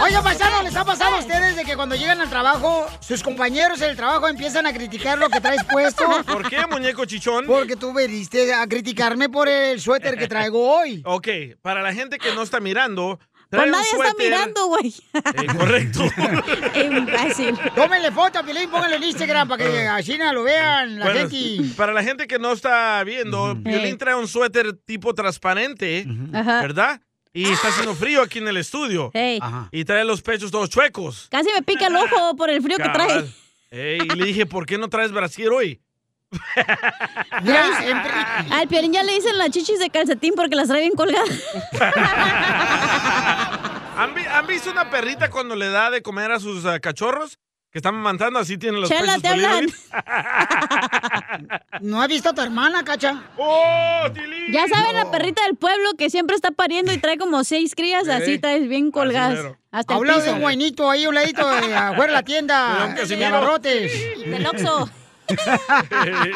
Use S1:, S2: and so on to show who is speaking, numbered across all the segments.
S1: Oigan, paisano, ¿les ha pasado a ustedes de que cuando llegan al trabajo, sus compañeros en el trabajo empiezan a criticar lo que traes puesto?
S2: ¿Por qué, muñeco chichón?
S1: Porque tú veniste a criticarme por el suéter que traigo hoy.
S2: Ok, para la gente que no está mirando,
S3: Pues
S2: trae un
S3: nadie está
S2: suéter-
S3: mirando, güey.
S2: Eh, correcto.
S3: Imbécil.
S1: Tómenle foto a Pilín, pónganlo en Instagram para que así no lo vean la
S2: Ah. Bueno,
S1: gente. Eh.
S2: Para la gente que no está viendo, Piolín trae un suéter tipo transparente,
S3: Ajá.
S2: ¿verdad? Y está haciendo frío aquí en el estudio.
S3: Ey,
S2: Y trae los pechos todos chuecos.
S3: casi me pica el ojo por el frío que trae.
S2: Cabal. Ey, y le dije, ¿por qué no traes brasier hoy?
S1: Mira, en-
S3: Al Piolín ya le dicen las chichis de calcetín porque las trae bien colgadas.
S2: ¿Han, vi- han visto una perrita cuando le da de comer a sus ah, cachorros? Que están matando, así tienen los
S3: Chela,
S2: pechos
S3: te hablan.
S2: peludos.
S1: ¿No has visto a tu hermana, cacha?
S2: ¡Oh, Tilín!
S3: Ya saben, la perrita del pueblo que siempre está pariendo y trae como seis crías, así
S2: Ey,
S3: trae bien colgadas.
S2: mero.
S3: Hasta el
S1: Hablado de
S3: piso.
S1: un guainito ahí, un ladito de eh, afuera de la tienda
S2: Don
S1: de
S2: Casimiro.
S1: abarrotes.
S3: Del Oxxo.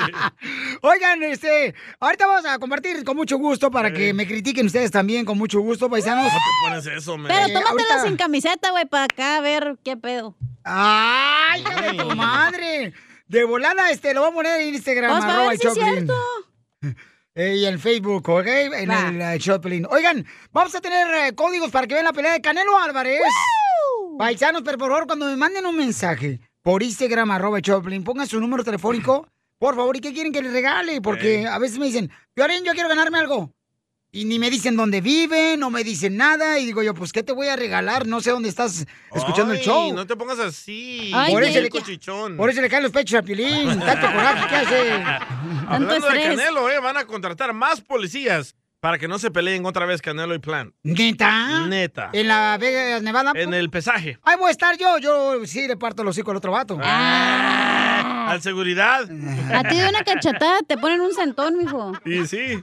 S1: Oigan, este, ahorita vamos a compartir con mucho gusto para que me critiquen ustedes también con mucho gusto, paisanos.
S2: te pones eso, me.
S3: Pero
S1: Eh,
S3: tómatela
S1: ahorita-
S3: sin camiseta, güey, para acá a ver qué pedo.
S1: ¡Ay, hija de tu madre! De volada, este, lo voy a poner en Instagram,
S3: Vamos a
S1: arroba
S3: ver
S1: el
S3: si Pues, es
S1: Choplin.
S3: cierto.
S1: Eh, y en Facebook, ¿ok? En
S3: Va.
S1: el eh, Choplin. Oigan, vamos a tener eh, códigos para que vean la pelea de Canelo Álvarez. Paisanos, pero por favor, cuando me manden un mensaje por Instagram, arroba el Choplin, pongan su número telefónico, por favor, ¿y qué quieren que les regale? Porque
S2: Ey.
S1: a veces me dicen, Piorín, yo quiero ganarme algo. Y ni me dicen dónde viven, no me dicen nada. Y digo yo, pues, ¿qué te voy a regalar? No sé dónde estás escuchando el
S2: Ay,
S1: show.
S2: No te pongas así.
S3: Ay,
S1: Por eso
S2: muñeco
S3: le-
S2: chichón.
S1: Por eso le caen los pechos a Piolín. Tanto coraje que hace.
S3: Tanto
S2: Hablando de
S3: estrés.
S2: Canelo, eh, van a contratar más policías para que no se peleen otra vez Canelo y Plan.
S1: ¿Neta?
S2: Neta.
S1: ¿En la Vega Nevada? pues,
S2: En el pesaje.
S1: Ahí voy a estar yo. Yo sí le parto los hocico al otro vato.
S2: Ah.
S3: Ah.
S2: Al seguridad.
S3: A ti de una cachetada te ponen un sentón, mijo.
S2: Y sí.
S1: Eh,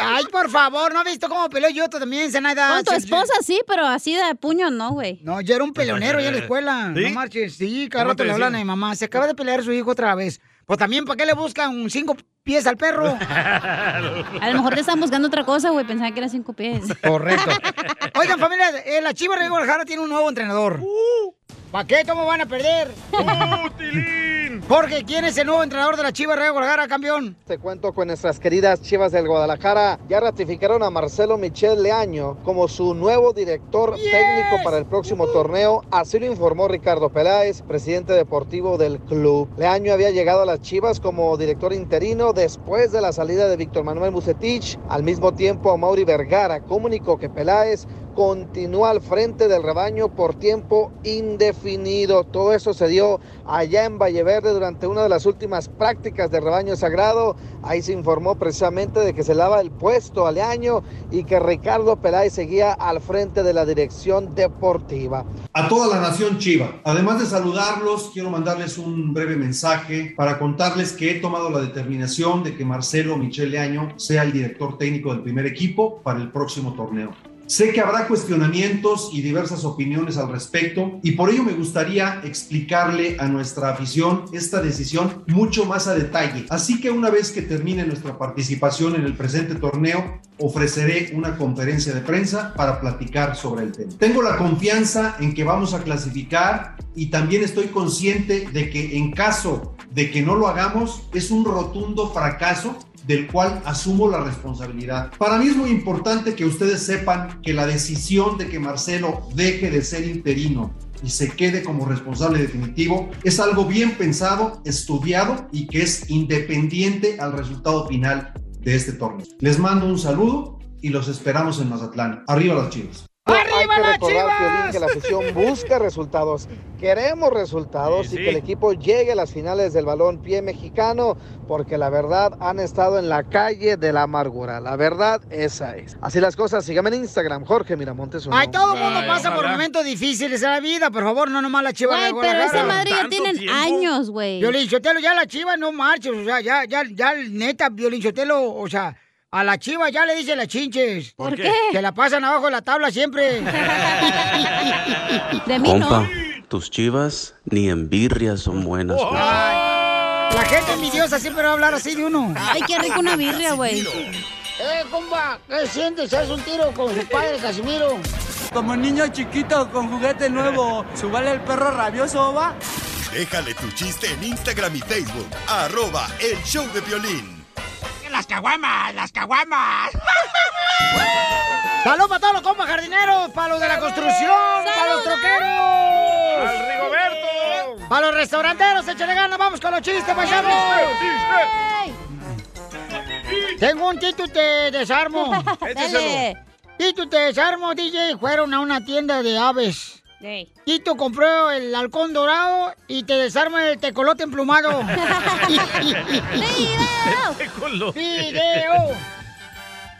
S1: ay, por favor, ¿no has visto cómo peleó yo también, Zenaida?
S3: Con tu
S1: Yo-
S3: esposa sí, pero así de puño no, güey.
S1: No, yo era un peleonero ya en la escuela.
S2: ¿Sí?
S1: No marches. Sí, cada
S2: ¿Cómo
S1: rato
S2: te
S1: le hablan a mi
S2: decían?
S1: mamá. Se acaba de pelear su hijo otra vez. Pues también, ¿para qué le buscan un cinco pies al perro?
S3: A lo mejor te están buscando otra cosa, güey. Pensaba que era cinco pies.
S1: Correcto. Oigan, familia, eh, la Chiva de Guadalajara tiene un nuevo entrenador.
S2: Uh.
S1: ¿Para qué? ¿Cómo van a perder?
S2: ¡Oh, Tilín!
S1: Jorge, ¿quién es el nuevo entrenador de la Chiva de Guadalajara, campeón?
S4: Te cuento con nuestras queridas Chivas del Guadalajara. Ya ratificaron a Marcelo Michel Leaño como su nuevo director
S1: Yes.
S4: técnico para el próximo torneo. Así lo informó Ricardo Peláez, presidente deportivo del club. Leaño había llegado a las Chivas como director interino después de la salida de Víctor Manuel Bucetich. Al mismo tiempo, a Mauri Vergara comunicó que Peláez continúa al frente del rebaño por tiempo indefinido. Todo eso se dio allá en Valleverde durante una de las últimas prácticas del rebaño sagrado. Ahí se informó precisamente de que se lava el puesto al año y que Ricardo Peláez seguía al frente de la dirección deportiva.
S5: a toda la nación chiva. Además de saludarlos, quiero mandarles un breve mensaje para contarles que he tomado la determinación de que Marcelo Michele Año sea el director técnico del primer equipo para el próximo torneo. Sé que habrá cuestionamientos y diversas opiniones al respecto y por ello me gustaría explicarle a nuestra afición esta decisión mucho más a detalle. Así que una vez que termine nuestra participación en el presente torneo, ofreceré una conferencia de prensa para platicar sobre el tema. Tengo la confianza en que vamos a clasificar y también estoy consciente de que en caso de que no lo hagamos es un rotundo fracaso del cual asumo la responsabilidad. Para mí es muy importante que ustedes sepan que la decisión de que Marcelo deje de ser interino y se quede como responsable definitivo es algo bien pensado, estudiado y que es independiente al resultado final de este torneo. Les mando un saludo y los esperamos en Mazatlán. Arriba los chicos.
S1: ¡Arriba
S4: Hay que
S1: las
S4: recordar,
S1: Chivas!
S4: Piolín, que la afición busca resultados. Queremos resultados
S2: Sí,
S4: y
S2: sí.
S4: que el equipo llegue a las finales del balón pie mexicano, porque la verdad han estado en la calle de la amargura. La verdad, esa es. Así las cosas, síganme en Instagram, Jorge Miramontes. uno.
S1: Ay, todo el mundo
S2: Ay,
S1: pasa por
S2: ojalá.
S1: momentos difíciles en la vida, por favor, no nomás la chiva de
S3: Güey, pero
S1: Guadalajara.
S3: esa
S2: Pero
S3: madre ya
S2: tanto
S3: tienen
S2: tiempo.
S3: años, güey. Eh,
S1: Violín Sotelo, ya la chiva no marches, o sea, ya, ya, ya, neta, Violín Sotelo, o sea, a la chiva ya le dice las chinches.
S3: ¿Por qué?
S1: Que la pasan abajo de la tabla siempre.
S3: De mí
S6: Compa,
S3: no.
S6: tus chivas ni en birria son buenas. güey.
S1: La gente envidiosa siempre va a hablar así de uno.
S3: Ay, qué rico una birria, güey.
S1: ¡Eh, compa! ¿Qué sientes? ¿Haz un tiro con su padre, Casimiro?
S7: Como niño chiquito con juguete nuevo, ¿subale el perro rabioso, va?
S8: Déjale tu chiste en Instagram y Facebook. Arroba el show de violín.
S1: ¡Las caguamas! ¡Las caguamas! ¡Salud para todos los compas jardineros! ¡Para los de la construcción! ¡Para los troqueros!
S2: ¡Al Rigoberto!
S1: ¡Para los restauranteros! ¡Échale ganas! ¡Vamos con los chistes, paisanos! Tengo un Tito te desarmo.
S3: Échaselo. Dale.
S1: Tito te desarmo, DJ. Fueron a una tienda de aves.
S3: Ey.
S1: Tito compró el halcón dorado y te desarma el tecolote emplumado.
S2: Tecolote.
S1: ¡Video! Eh, oh,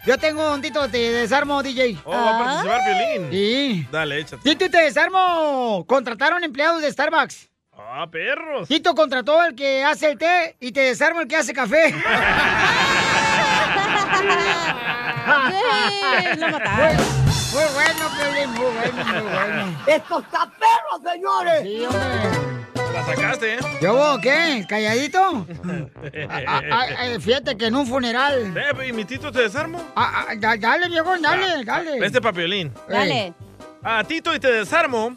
S1: Yo tengo un Tito te desarmo, DJ.
S2: Oh, va a participar Piolín.
S1: Sí.
S2: Dale, échate.
S1: Tito te desarmo. Contrataron empleados de Starbucks.
S2: ¡Ah, perros!
S1: Tito contrató al que hace el té y te desarmo el que hace café.
S3: Sí, lo mataron.
S1: Muy, muy bueno, Piolín, muy bueno, muy bueno.
S9: ¡Estos taperos, señores!
S1: Sí, hombre.
S2: La sacaste, ¿eh?
S1: ¿Yo vos qué? ¿Calladito? Ah, ah, ah, eh, fíjate que en un funeral.
S2: Eh, ¿Y mi tito te desarmo?
S1: Ah, ah, da- dale, viejo, dale, dale.
S2: Este papiolín.
S1: Eh,
S3: Dale.
S2: A Tito y te desarmo.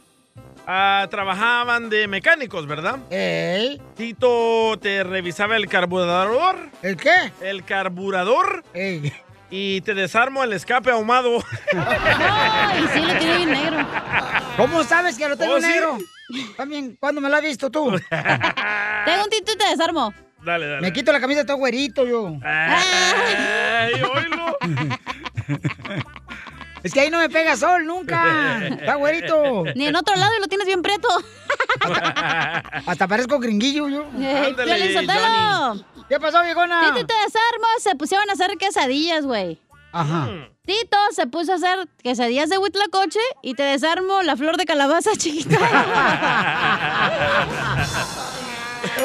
S2: ah, trabajaban de mecánicos, ¿verdad?
S1: ey,
S2: Tito te revisaba el carburador,
S1: ¿El qué?
S2: el carburador
S1: Ey.
S2: y te desarmo el escape ahumado.
S3: No, y sí, lo tiene bien negro.
S1: ¿Cómo sabes que lo tengo
S2: Oh, ¿sí?
S1: negro? También, ¿cuándo me lo has visto tú?
S3: Tengo un tito y te desarmo.
S2: Dale, dale.
S1: Me quito la camisa de todo güerito yo.
S2: Ay, oílo.
S1: Es que ahí no me pega sol nunca. Está güerito.
S3: Ni en otro lado y lo tienes bien preto.
S1: Hasta parezco gringuillo yo.
S3: Ey,
S2: Ándale,
S3: Piolín Sotelo.
S1: ¿Qué pasó, viejona?
S3: Tito y te desarmo. Se pusieron a hacer quesadillas, güey.
S1: Ajá.
S3: Tito se puso a hacer quesadillas de huitlacoche y te desarmo la flor de calabaza chiquita.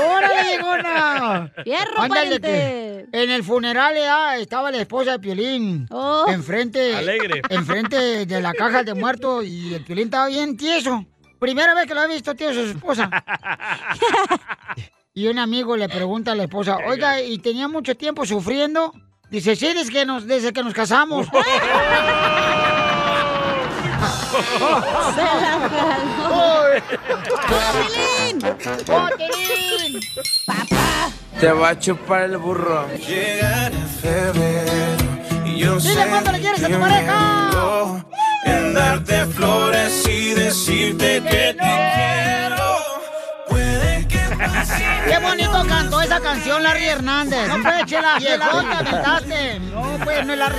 S1: ¡Órale, viejona!
S3: Fierro,
S1: Ándale, que
S3: pariente.
S1: en el funeral ah, estaba la esposa de Piolín.
S3: Oh.
S1: Enfrente.
S2: Alegre.
S1: Enfrente de la caja de muerto y el Piolín estaba bien tieso. Primera vez que lo he visto tieso su esposa. Y un amigo le pregunta a la esposa, oiga, ¿y tenía mucho tiempo sufriendo? Dice, sí, desde que nos, desde que nos casamos.
S3: Se la jaló. Piolín.
S1: ¡Oh, Piolín!
S7: Te va a chupar el burro.
S1: Dile cuánto le quieres a tu pareja.
S10: En darte flores y decirte que te quiero. Puede que
S1: Qué bonito cantó esa canción Larry Hernández. No puede chela, viejón, te aventaste. No, pues no es Larry.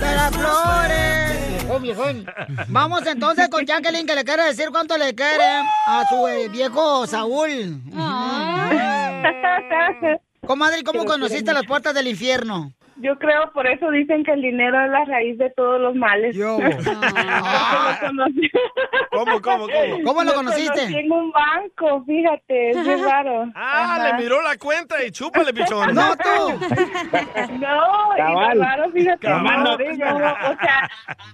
S1: De las flores. Oh, viejón. Vamos entonces con Jacqueline que le quiere decir cuánto le quiere a su eh, viejo Saúl. Comadre, ¿cómo conociste las puertas del infierno?
S11: Yo creo por eso dicen que el dinero es la raíz de todos los males.
S1: Yo.
S11: Porque lo conocí.
S2: ¿Cómo, cómo, cómo?
S1: ¿Cómo lo
S11: conocí
S1: conociste?
S11: en un banco, fíjate, es muy raro.
S2: Ah,
S11: Ajá.
S2: le miró la cuenta y chúpale, pichón.
S1: No, tú.
S11: No, y
S9: Cabal.
S11: lo raro, fíjate,
S2: Cabal, no.
S11: no, de- yo, o sea,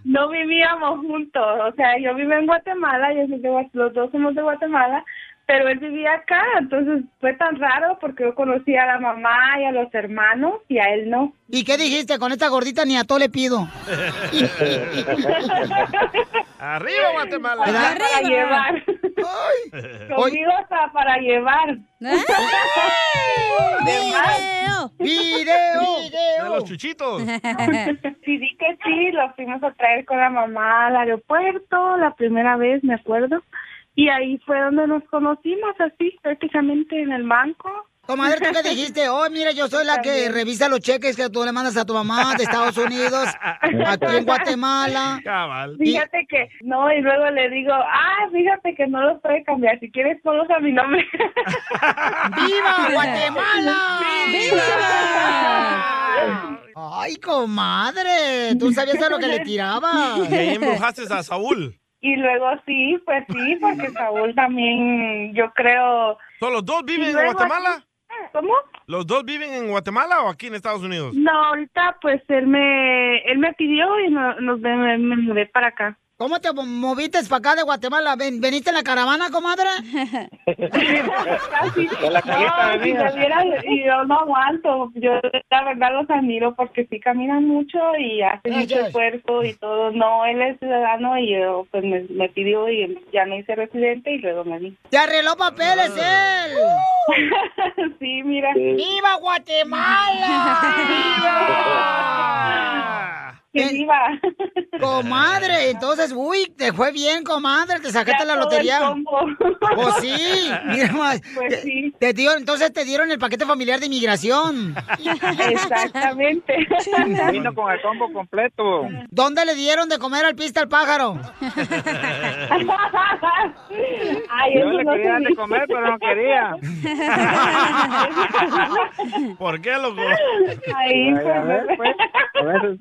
S11: no vivíamos juntos, o sea, yo vivo en Guatemala, yo soy de Gua- los dos somos de Guatemala, pero él vivía acá, entonces fue tan raro porque yo conocí a la mamá y a los hermanos y a él no.
S1: ¿Y qué dijiste? Con esta gordita ni a todo le pido.
S2: Arriba, Guatemala.
S1: ¿Verdad?
S11: Para llevar. Conmigo hasta para llevar.
S3: Video.
S1: ¡Video!
S2: De los chuchitos.
S11: Sí, di que sí, lo fuimos a traer con la mamá al aeropuerto la primera vez, me acuerdo. Y ahí fue donde nos conocimos, así, prácticamente en el banco.
S1: Comadre, ¿tú qué dijiste? Oh, mira, yo soy la que revisa los cheques que tú le mandas a tu mamá de Estados Unidos, aquí en Guatemala.
S2: Cabal.
S11: Fíjate que, no, y luego le digo, ah, fíjate que no los puede cambiar, si quieres ponlos a mi nombre.
S1: ¡Viva Guatemala!
S3: Viva.
S1: ¡Ay, comadre! Tú sabías a lo que le tirabas.
S2: Y ahí embrujaste a Saúl.
S11: y luego sí, pues sí, porque Saúl también, yo creo...
S2: ¿Son los dos viven
S11: Y
S2: en
S11: luego
S2: Guatemala?
S11: aquí- ¿Cómo?
S2: ¿Los dos viven en Guatemala o aquí en Estados Unidos?
S11: No, ahorita pues él me, él me pidió y no- nos, me, me mudé para acá.
S1: ¿Cómo te moviste para acá de Guatemala? ¿Ven- ¿Veniste en la caravana, comadre?
S11: Casi.
S1: Con la caleta
S11: No, si
S1: venía.
S11: la vieran, y yo no aguanto. Yo la verdad los admiro porque sí caminan mucho y hacen mucho
S12: Gracias.
S11: esfuerzo y todo. No, él es ciudadano y yo, pues me, me pidió y ya me hice residente y luego me di.
S1: ¡Te arregló papeles él!
S11: sí, mira.
S1: ¡Viva Guatemala! ¡Viva! Comadre, entonces, uy, te fue bien, comadre, te sacaste
S11: Ya
S1: la
S11: todo el
S1: lotería.
S11: combo. Pues
S1: Pues sí, mira más. te, te dio- entonces te dieron el paquete familiar de inmigración.
S11: Exactamente.
S13: Vino con el combo completo.
S1: ¿Dónde le dieron de comer al pista al pájaro?
S11: Ay,
S13: Yo
S11: eso
S13: le
S11: no
S13: quería
S11: se
S13: dar de
S11: dice.
S13: comer, pero no quería.
S2: ¿Por qué, loco?
S11: Ahí,
S13: Ay, a ver,
S11: pues.
S13: A veces,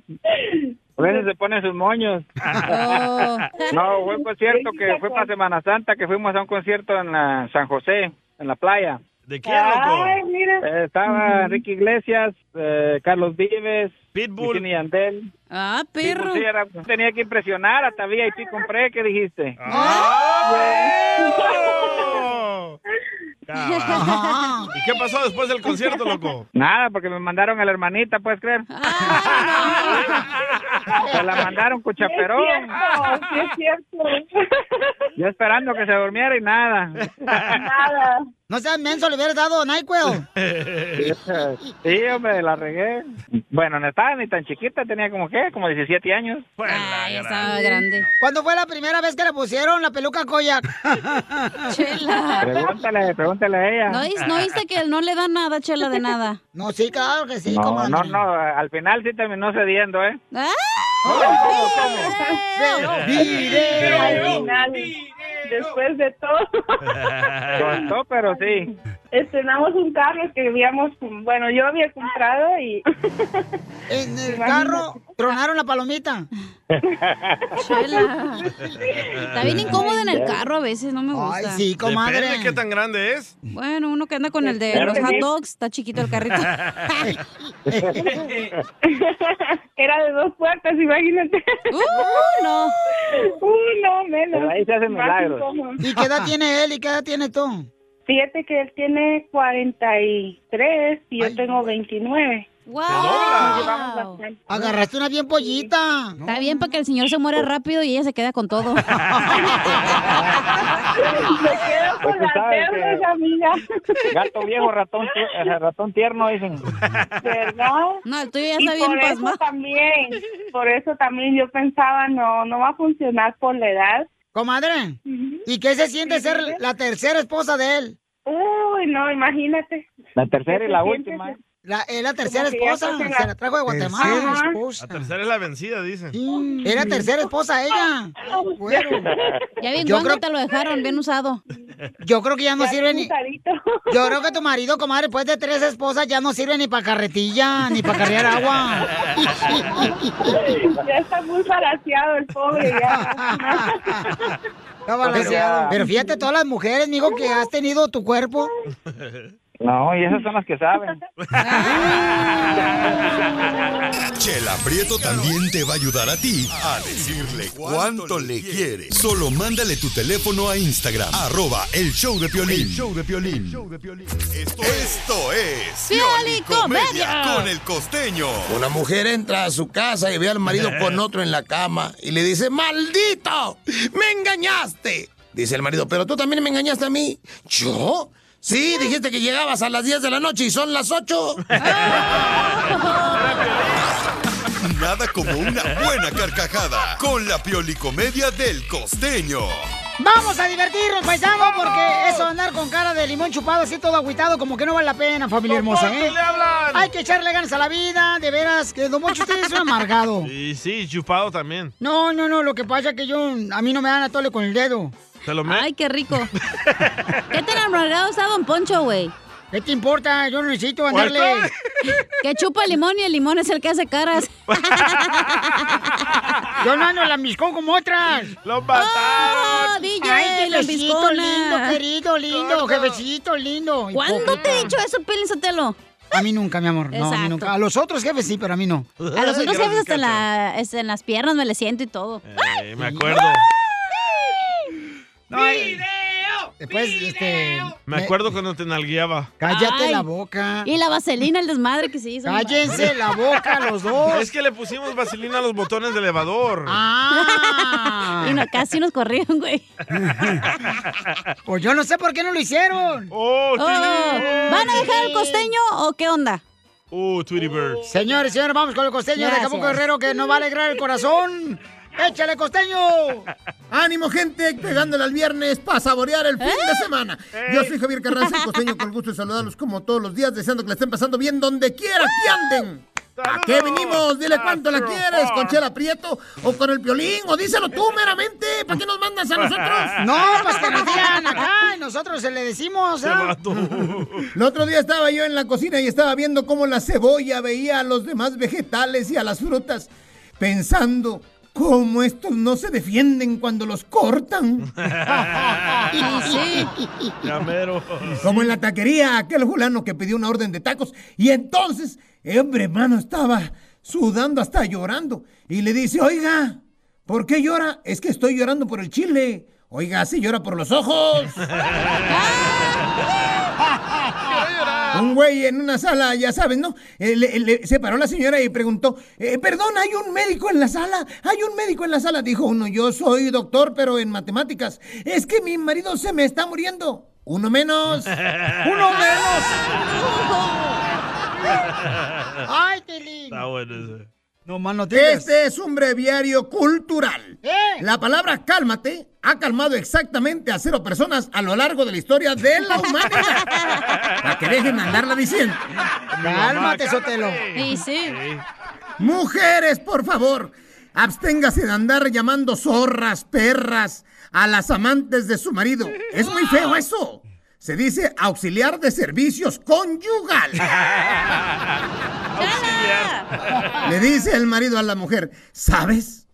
S13: a veces se ponen sus moños.
S11: Oh.
S13: No, fue un concierto que fue para Semana Santa, que fuimos a un concierto en la San José, en la playa.
S2: ¿De
S11: quién, loco? Ay, mira.
S13: Eh, estaba
S11: Ujú.
S13: Ricky Iglesias, eh, Carlos Vives, Pitbull. Yandel.
S3: Ah, perro.
S13: Pitbull, sí, era- tenía que impresionar, hasta había y compré, ¿qué dijiste?
S2: Ah, Cabal. ¿Y qué pasó después del concierto, loco?
S13: Nada, porque me mandaron a la hermanita, ¿puedes creer? Ah. Se la mandaron con chaperón.
S11: Sí, es cierto.
S13: Yo esperando que se durmiera y nada.
S11: Nada.
S1: No seas menso, le hubieras dado NyQuil.
S13: Sí, hombre, la regué. Bueno, no estaba ni tan chiquita, tenía como, ¿qué? Como 17 años.
S3: Estaba grande.
S1: ¿Cuándo fue la primera vez que le pusieron la peluca Koyak?
S3: Chela.
S13: Pregúntale, pregúntale a ella.
S3: ¿No, oís- no oíste que él no le da nada, Chela, de nada?
S1: No, sí, claro que sí,
S13: No, no, no, al final sí terminó cediendo, ¿eh?
S11: Video. Al final, Después de todo.
S13: Costó, pero sí.
S11: Estrenamos un carro que habíamos, bueno, yo había comprado y...
S1: En el carro tronaron la palomita.
S3: Ah, Chela. Está bien incómodo en el carro a veces, no me gusta.
S2: Depende de qué tan grande es.
S3: Bueno, uno que anda con el de
S2: Claro
S3: los
S2: que
S3: hot
S2: sí.
S3: dogs, está chiquito el carrito.
S11: Era de dos puertas, imagínate.
S3: Uh, no.
S11: Uh, no, menos.
S13: Pero ahí se hacen
S11: Más
S13: milagros.
S11: incómodo.
S1: ¿Y qué edad tiene él y qué edad tiene tú?
S11: Fíjate que él tiene 43 y yo tengo 29.
S3: ¡Wow!
S1: Agarraste una bien pollita.
S3: Está bien para que el señor se muera rápido y ella se queda con todo.
S11: Me quedo
S13: Pues
S11: con
S13: tú
S11: las
S13: sabes
S11: deudas,
S13: que-
S11: amiga.
S13: Gato viejo, ratón, tu- eh, ratón tierno, dicen.
S11: ¿Verdad?
S3: No, el tuyo ya
S11: y
S3: está bien
S11: por
S3: pasmado.
S11: eso también, por eso también yo pensaba, no, no va a funcionar por la edad.
S1: Comadre, ¿y qué se siente ser la tercera esposa de él?
S11: Uy, no, imagínate.
S13: La tercera y la
S11: ¿Qué se
S13: última.
S11: siente?
S1: La, es la tercera
S11: Como que ya
S1: esposa,
S11: estás en
S1: se la trajo de Guatemala.
S2: Tercera
S1: esposa.
S2: La tercera es la vencida, dicen.
S1: Era tercera esposa ella. Bueno.
S3: Ya bien
S1: Yo
S3: guango
S1: creo-
S3: te lo dejaron, bien usado.
S1: Yo creo que ya no
S3: Ya
S1: sirve
S3: bien
S1: ni... Yo creo que tu marido, comadre, después de tres esposas ya no sirve ni para carretilla, ni para carrear agua.
S11: ya está muy balaseado el pobre, ya.
S1: Está balanceado. Pero
S13: Pero-
S1: fíjate todas las mujeres, mijo, que has tenido tu cuerpo.
S13: No, y esas son las que saben.
S8: Chela Prieto también te va a ayudar a ti a decirle cuánto le quiere. Solo mándale tu teléfono a Instagram, arroba el show de Piolín.
S10: El
S8: show de Piolín. Esto, esto es
S10: Piolicomedia.
S8: Piolicomedia con el costeño.
S7: Una mujer entra a su casa y ve al marido con otro en la cama y le dice, ¡Maldito! ¡Me engañaste! Dice el marido, pero tú también me engañaste a mí. ¿Yo? Sí, dijiste que llegabas a las 10 de la noche y son las 8.
S8: Nada como una buena carcajada con la Piolicomedia del costeño.
S1: Vamos a divertirnos, paisano, porque eso de andar con cara de limón chupado así todo agüitado, como que no vale la pena, familia hermosa, ¿eh? Hay que echarle ganas a la vida, de veras, que Don Moncho, usted es un amargado.
S2: Y sí, chupado también.
S1: No, no, no, lo que pasa es que yo, a mí no me dan a tole con el dedo.
S2: Te lo meto.
S3: Ay, qué rico. ¿Qué tan amargado está Don Poncho, güey?
S1: ¿Qué te importa? Yo no necesito andarle-
S3: Que chupa limón y el limón es el que hace caras.
S1: Yo no ando lambiscón como otras.
S2: ¡Los
S3: mataron! ¡Oh, DJ,
S1: ¡Ay, jefecito
S3: lambiscona!
S1: lindo, querido, lindo,
S3: Gordo.
S1: jefecito lindo!
S3: ¿Cuándo te he dicho eso, Pelín Sotelo?
S1: A mí nunca, mi amor. No, a mí
S3: Exacto.
S1: nunca. A los otros jefes sí, pero a mí no.
S3: A los otros jefes pues, hasta en, la- hasta en las piernas me le siento y todo.
S2: Eh, me acuerdo.
S1: eh, Después, este.
S2: Me acuerdo cuando te nalgueaba.
S1: Cállate
S3: Ay.
S1: la boca.
S3: Y la vaselina, el desmadre que se hizo.
S1: Cállense la boca los dos.
S2: Es que le pusimos vaselina a los botones del elevador.
S1: Ah.
S3: Y no, casi nos corrieron, güey.
S1: Pues yo no sé por qué no lo hicieron.
S2: Oh,
S3: Oh, ¿Van a dejar el costeño o qué onda?
S2: Uh, Tweety Bird.
S1: Oh. Señores, señores, vamos con el costeño de
S3: Gracias.
S1: Acapulco Guerrero que nos va a alegrar el corazón. ¡Échale, costeño!
S7: ¡Ánimo, gente! Pegándole al viernes para saborear el fin de
S1: ¿Eh?
S7: semana. Yo soy Javier Carranza, el costeño, con el gusto de saludarlos como todos los días, deseando que la estén pasando bien donde quiera que anden. ¿A qué venimos? Dile cuánto la quieres, con Chela Prieto o con el Piolín, o díselo tú meramente, ¿para qué nos mandas a nosotros?
S1: No, pues que nos digan acá y nosotros se le decimos. ¿ah?
S7: El otro día estaba yo en la cocina y estaba viendo cómo la cebolla veía a los demás vegetales y a las frutas, pensando cómo estos no se defienden cuando los cortan.
S10: sí. Ya mero.
S7: Como en la taquería, aquel fulano que pidió una orden de tacos. Y entonces, hombre, hermano, estaba sudando hasta llorando. Y le dice, oiga, ¿por qué llora? Es que estoy llorando por el chile. Oiga, se llora por los ojos. Un güey en una sala, ya sabes, ¿no? Eh, le- le- se paró la señora y preguntó, "Eh, perdón, ¿hay un médico en la sala? ¿Hay un médico en la sala? Dijo uno, yo soy doctor, pero en matemáticas. Es que mi marido se me está muriendo. Uno menos.
S10: ¡Uno
S7: menos!
S10: ¡Ay,
S2: Está bueno ese.
S1: No más
S7: Este es un breviario cultural. La palabra cálmate ha calmado exactamente a cero personas a lo largo de la historia de la humanidad. Para que dejen andarla diciendo.
S1: Cálmate, Sotelo.
S3: Sí, sí.
S7: Mujeres, por favor, absténgase de andar llamando zorras, perras a las amantes de su marido. Es muy feo eso. Se dice auxiliar de servicios conyugal. Le dice el marido a la mujer, ¿sabes?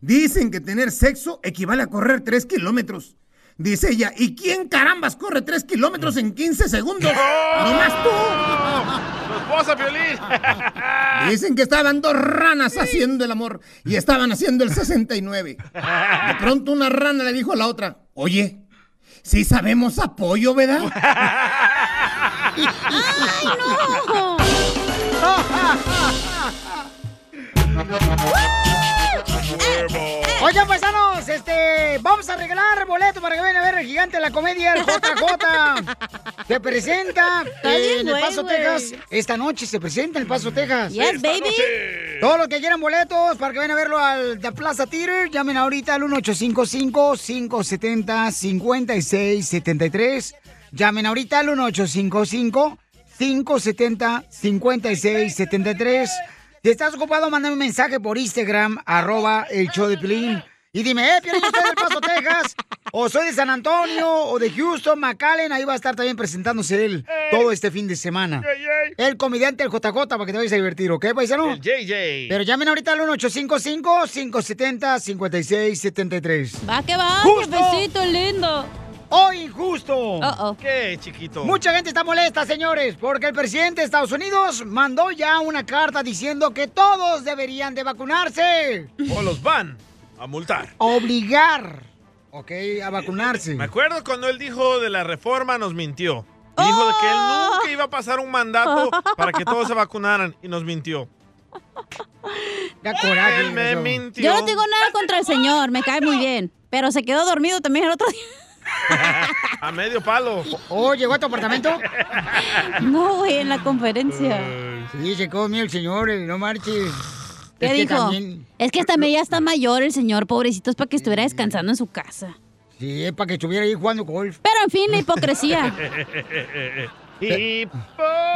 S7: Dicen que tener sexo equivale a correr tres kilómetros. Dice ella, ¿y quién carambas corre tres kilómetros en 15 segundos? ¡No más tú!
S2: ¡Tu esposa, Piolín!
S7: Dicen que estaban dos ranas haciendo el amor y estaban haciendo el 69. De pronto una rana le dijo a la otra, oye, sí sabemos apoyo, ¿verdad?
S10: ¡Ay, no!
S1: Oigan, paisanos, este, vamos a arreglar boleto para que vayan a ver el gigante de la comedia, el JJ. Se presenta
S10: Está bien,
S1: en El
S10: güey,
S1: Paso,
S10: güey.
S1: Texas. Esta noche se presenta en El Paso, Texas.
S10: Yes, Esta baby. noche.
S1: Todos los que quieran boletos para que vayan a verlo al The Plaza Theater, llamen ahorita al 1855-570-5673. Llamen ahorita al 1855 570 5673 Si estás ocupado, mándame un mensaje por Instagram, arroba el show de Pilín. Y dime, eh, Piolín, ¿usted es del Paso, Texas? O soy de San Antonio, o de Houston, McAllen. Ahí va a estar también presentándose él todo este fin de semana. El comediante, el JJ, para que te vayas a divertir, ¿ok, paisano?
S2: El JJ.
S1: Pero llamen ahorita al 1855-570-5673.
S3: Va que va, jefecito lindo.
S1: Hoy justo.
S2: ¿Qué, chiquito?
S1: Mucha gente está molesta, señores, porque el presidente de Estados Unidos mandó ya una carta diciendo que todos deberían de vacunarse.
S2: O los van a multar.
S1: Obligar, ¿ok? A vacunarse.
S2: Me acuerdo cuando él dijo de la reforma, nos mintió. Dijo de que él
S3: Oh.
S2: nunca iba a pasar un mandato para que todos se vacunaran y nos mintió.
S1: coraje,
S2: Él me
S1: eso.
S2: mintió.
S3: Yo no tengo nada contra el señor, me cae muy bien. Pero se quedó dormido también el otro día.
S2: A medio palo.
S1: ¿Oh, llegó a tu apartamento? Eh,
S3: No, güey, en la conferencia.
S1: Sí, se quedó mío el señor, eh, no marches.
S3: ¿Qué
S1: Es que
S3: dijo?
S1: también- Mm.
S3: Es que también ya está mayor el señor, pobrecito, es para que estuviera descansando en su casa.
S1: Sí, es para que estuviera ahí jugando golf.
S3: Pero en fin, la hipocresía.
S2: Y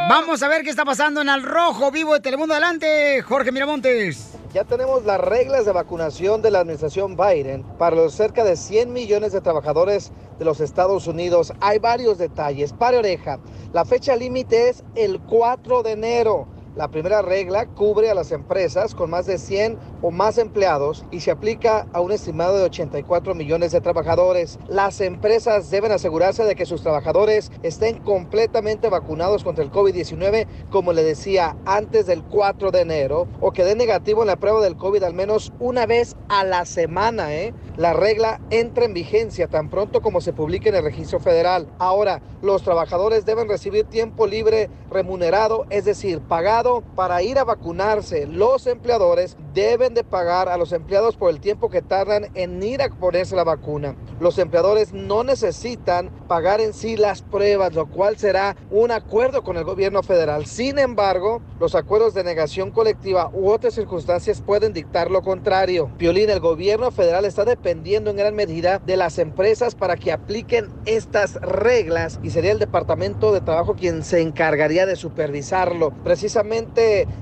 S1: Vamos a ver qué está pasando en Al Rojo Vivo de Telemundo. Adelante, Jorge Miramontes.
S4: Ya tenemos las reglas de vacunación de la administración Biden para los cerca de 100 millones de trabajadores de los Estados Unidos. Hay varios detalles. Pare oreja. La fecha límite es el 4 de enero. La primera regla cubre a las empresas con más de 100 o más empleados y se aplica a un estimado de 84 millones de trabajadores. Las empresas deben asegurarse de que sus trabajadores estén completamente vacunados contra el COVID-19, como le decía, antes del 4 de enero, o que den negativo en la prueba del COVID al menos una vez a la semana. ¿eh? La regla entra en vigencia tan pronto como se publique en el registro federal. Ahora, los trabajadores deben recibir tiempo libre remunerado, es decir, pagado para ir a vacunarse. Los empleadores deben de pagar a los empleados por el tiempo que tardan en ir a ponerse la vacuna. Los empleadores no necesitan pagar en sí las pruebas, lo cual será un acuerdo con el gobierno federal. Sin embargo, los acuerdos de negación colectiva u otras circunstancias pueden dictar lo contrario. Violín, el gobierno federal está dependiendo en gran medida de las empresas para que apliquen estas reglas y sería el Departamento de Trabajo quien se encargaría de supervisarlo. Precisamente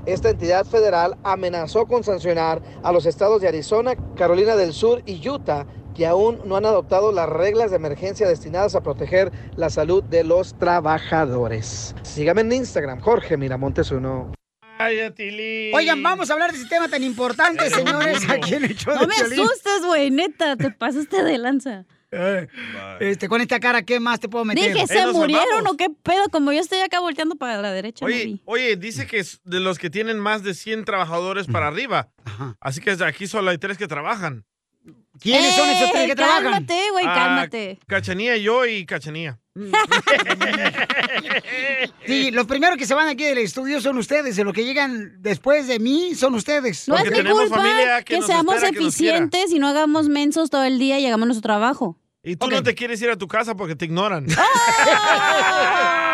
S4: esta entidad federal amenazó con sancionar a los estados de Arizona, Carolina del Sur y Utah que aún no han adoptado las reglas de emergencia destinadas a proteger la salud de los trabajadores. Sígame en Instagram, Jorge Miramontes 1.
S1: Oigan, vamos a hablar de ese tema tan importante, señores, aquí en el show
S3: No
S1: de
S3: me
S1: Piolín.
S3: asustes, güey, neta, te pasaste de lanza.
S1: Eh, Este, con esta cara, ¿qué más te puedo meter?
S3: Dije, ¿se murieron o qué pedo? Como yo estoy acá volteando para la derecha, no
S2: Oye,
S3: vi.
S2: oye, dice que es de los que tienen más de 100 trabajadores para arriba. Así que desde aquí solo hay tres que trabajan.
S1: ¿Quiénes son esos tres
S3: que trabajan? Eh, cálmate, güey,
S2: Ah,
S3: cálmate.
S2: Cachanía, yo y Cachanía.
S1: Mm. Sí, los primeros que se van aquí del estudio son ustedes, de los que llegan después de mí son ustedes.
S3: No es mi culpa que, seamos eficientes y no hagamos mensos todo el día y hagamos nuestro trabajo.
S2: Y tú no te quieres ir a tu casa porque te ignoran.
S3: Ah.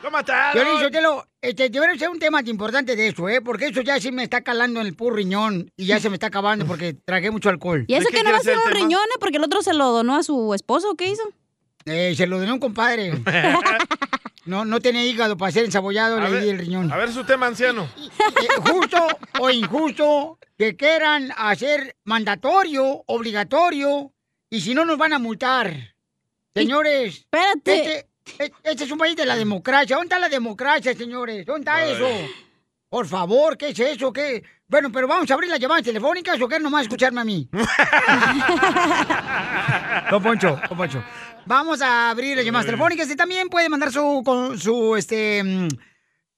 S2: ¿Cómo estás?
S1: Yo Sotelo, este, yo quiero hacer un tema importante de eso, ¿eh? Porque eso ya sí me está calando en el purriñón y ya se me está acabando porque tragué mucho alcohol.
S3: Y eso que no va a ser un riñón, ¿eh? porque el otro se lo donó a su esposo, ¿o ¿qué hizo?
S1: Eh, se lo donó un compadre. No, no tiene hígado para ser ensabollado, le di el riñón.
S2: A ver su tema, anciano.
S1: justo o injusto que quieran hacer mandatorio, obligatorio, y si no nos van a multar. Señores,
S3: espérate.
S1: Este, e- este es un país de la democracia. ¿Dónde está la democracia, señores? ¿Dónde está
S10: Ay.
S1: eso? Por favor, ¿qué es eso? ¿Qué? Bueno, pero vamos a abrir las llamadas telefónicas o quieren nomás escucharme a mí. Don Poncho, Don Poncho. Vamos a abrir las llamadas telefónicas y también puede mandar su, con- su, este, mm,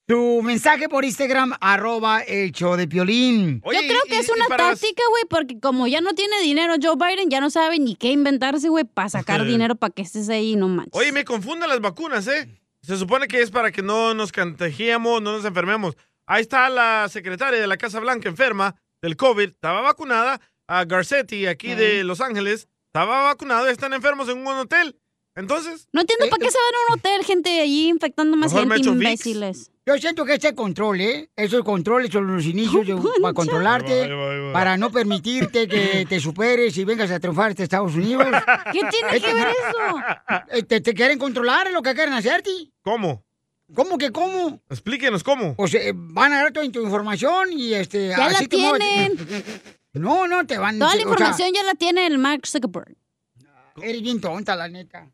S1: su mensaje por Instagram, arroba el show de Piolín.
S3: Yo creo que es una táctica, güey, porque como ya no tiene dinero Joe Biden, ya no sabe ni qué inventarse, güey, para sacar dinero para que estés ahí, no manches.
S2: Oye, me confunden las vacunas, ¿eh? Se supone que es para que no nos contagiemos, no nos enfermemos. Ahí está la secretaria de la Casa Blanca enferma del COVID, estaba vacunada. A Garcetti, aquí de Los Ángeles, estaba vacunado y están enfermos en un hotel. Entonces,
S3: No entiendo para qué se van a un hotel, gente, allí infectando más
S2: Mejor me
S3: gente,
S2: echo Vicks.
S3: imbéciles.
S1: Yo siento que este control, ¿eh? Esos controles son los inicios de- para controlarte,
S10: Ahí va, ahí va, ahí va.
S1: para no permitirte que te superes y vengas a triunfar a Estados Unidos.
S10: ¿Qué tiene que ver
S1: eso? Te, te quieren controlar, es lo que quieren hacerte.
S2: ¿cómo?
S1: ¿Cómo que cómo?
S2: Explíquenos cómo.
S1: O sea, eh, van a dar toda tu información y este...
S3: Ya la
S1: así te mueves.
S3: tienen.
S1: No, no, te van...
S3: Toda la
S1: o sea,
S3: información ya la tiene el Mark Zuckerberg.
S1: Eres bien tonta, la neta.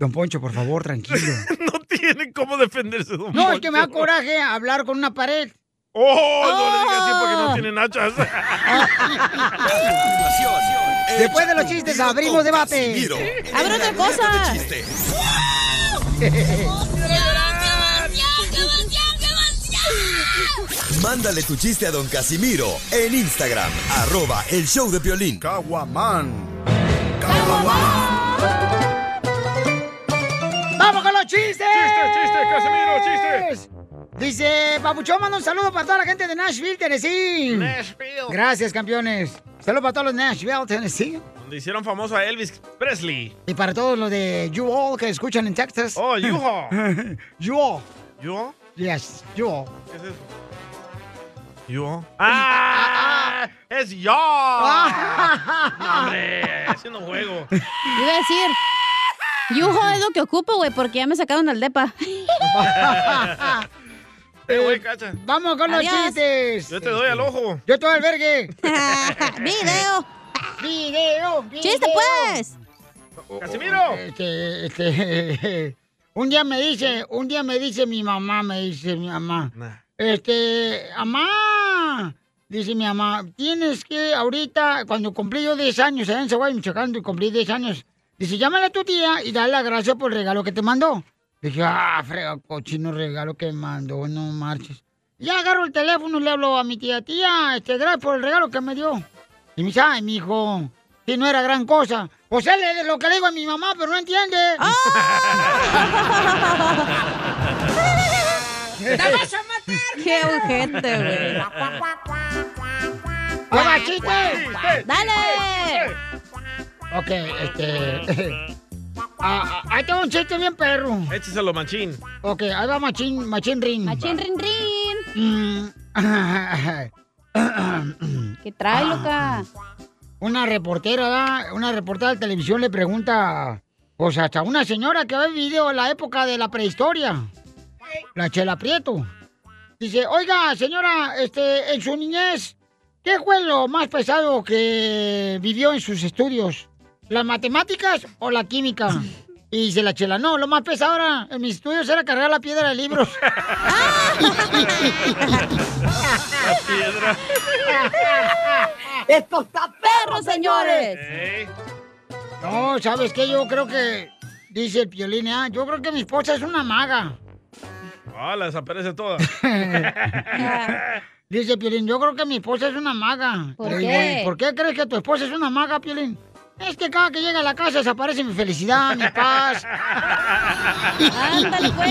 S1: Don Poncho, por favor, tranquilo.
S2: tienen cómo defenderse. don
S1: No, es que me da
S2: Poncho.
S1: coraje hablar con una pared.
S2: ¡Oh! No le digas así porque
S3: Oh.
S2: no tienen hachas.
S1: Después de los chistes, abrimos debate.
S10: Casimiro.
S1: ¡Abre otra cosa!
S8: Mándale tu chiste a don Casimiro en Instagram, arroba el show de violín. Caguaman.
S1: ¡Vamos con los chistes! ¡Chistes, chistes,
S2: Casimiro,
S1: chistes! Dice, Papuchón, manda un saludo para toda la gente de Nashville, Tennessee.
S2: Nashville.
S1: Gracias, campeones. Saludos para todos los de Nashville, Tennessee.
S2: Donde hicieron famoso a Elvis Presley.
S1: Y para todos los de U-Haul que escuchan en Texas.
S2: Oh, U-Haul.
S1: U-Haul.
S2: ¿Yo?
S1: Yes, U-Haul.
S2: ¿Qué es eso? ¿Yo? ¡Ah! ¡Es yo! No, hombre, haciendo juego.
S3: Ah. Iba a decir, Yujo es lo que ocupo, güey, porque ya me sacaron del depa.
S2: Eh, güey, cacha.
S1: Vamos con los
S2: Adiós.
S1: chistes.
S2: Yo te doy al ojo.
S1: Yo te doy al vergue.
S3: ¡Video!
S1: ¡Video!
S3: ¡Chiste,
S1: video.
S3: pues!
S2: Oh, ¡Casimiro! eh.
S1: Este, este, un día me dice, un día me dice mi mamá, me dice mi mamá, este, mamá, Dice mi mamá, tienes que ahorita, cuando cumplí yo 10 años, allá en Chihuahua, Michoacán, cumplí 10 años. Dice, llámale a tu tía y dale las gracias por el regalo que te mandó. Dije, ah, frega, cochino regalo que mandó, no marches. Ya agarro el teléfono y le hablo a mi tía, tía, este, gracias por el regalo que me dio. Y me dice, ay, mijo, si no era gran cosa. Pues él es lo que le digo a mi mamá, pero no entiende.
S3: Ah.
S10: ¡Te vas a matar!
S3: ¡Qué urgente, güey!
S1: ¡Ahora, chiste!
S3: ¡Dale!
S1: Ok, este... ah, ah, ahí tengo un chiste bien perro.
S2: Écheselo, machín.
S1: Ok, ahí va machín, machín rin. Mm,
S3: Machín rin
S1: rin.
S3: ¿Qué trae,
S1: Ah,
S3: loca?
S1: Una reportera, ¿verdad? una reportera de televisión le pregunta, pues hasta una señora que ve video en la época de la prehistoria, la Chela Prieto. Dice, oiga, señora, este, en su niñez, ¿qué fue lo más pesado que vivió en sus estudios? ¿Las matemáticas o la química? Y dice la Chela, no, lo más pesado era, en mis estudios era cargar la piedra de libros.
S10: La piedra.
S1: ¡Esto está perro,
S10: señores!
S1: No, ¿sabes qué? Yo creo que... Dice el Piolín, ah, yo creo que mi esposa es una maga.
S2: Ah, la desaparece toda.
S1: Dice Piolín, yo creo que mi esposa es una maga.
S2: ¿Por
S1: Le
S2: qué?
S1: "¿Y ¿Por qué crees que tu esposa es una maga, Piolín? Es que cada que llega a la casa desaparece mi felicidad, mi paz.
S10: ¡Ándale, pues!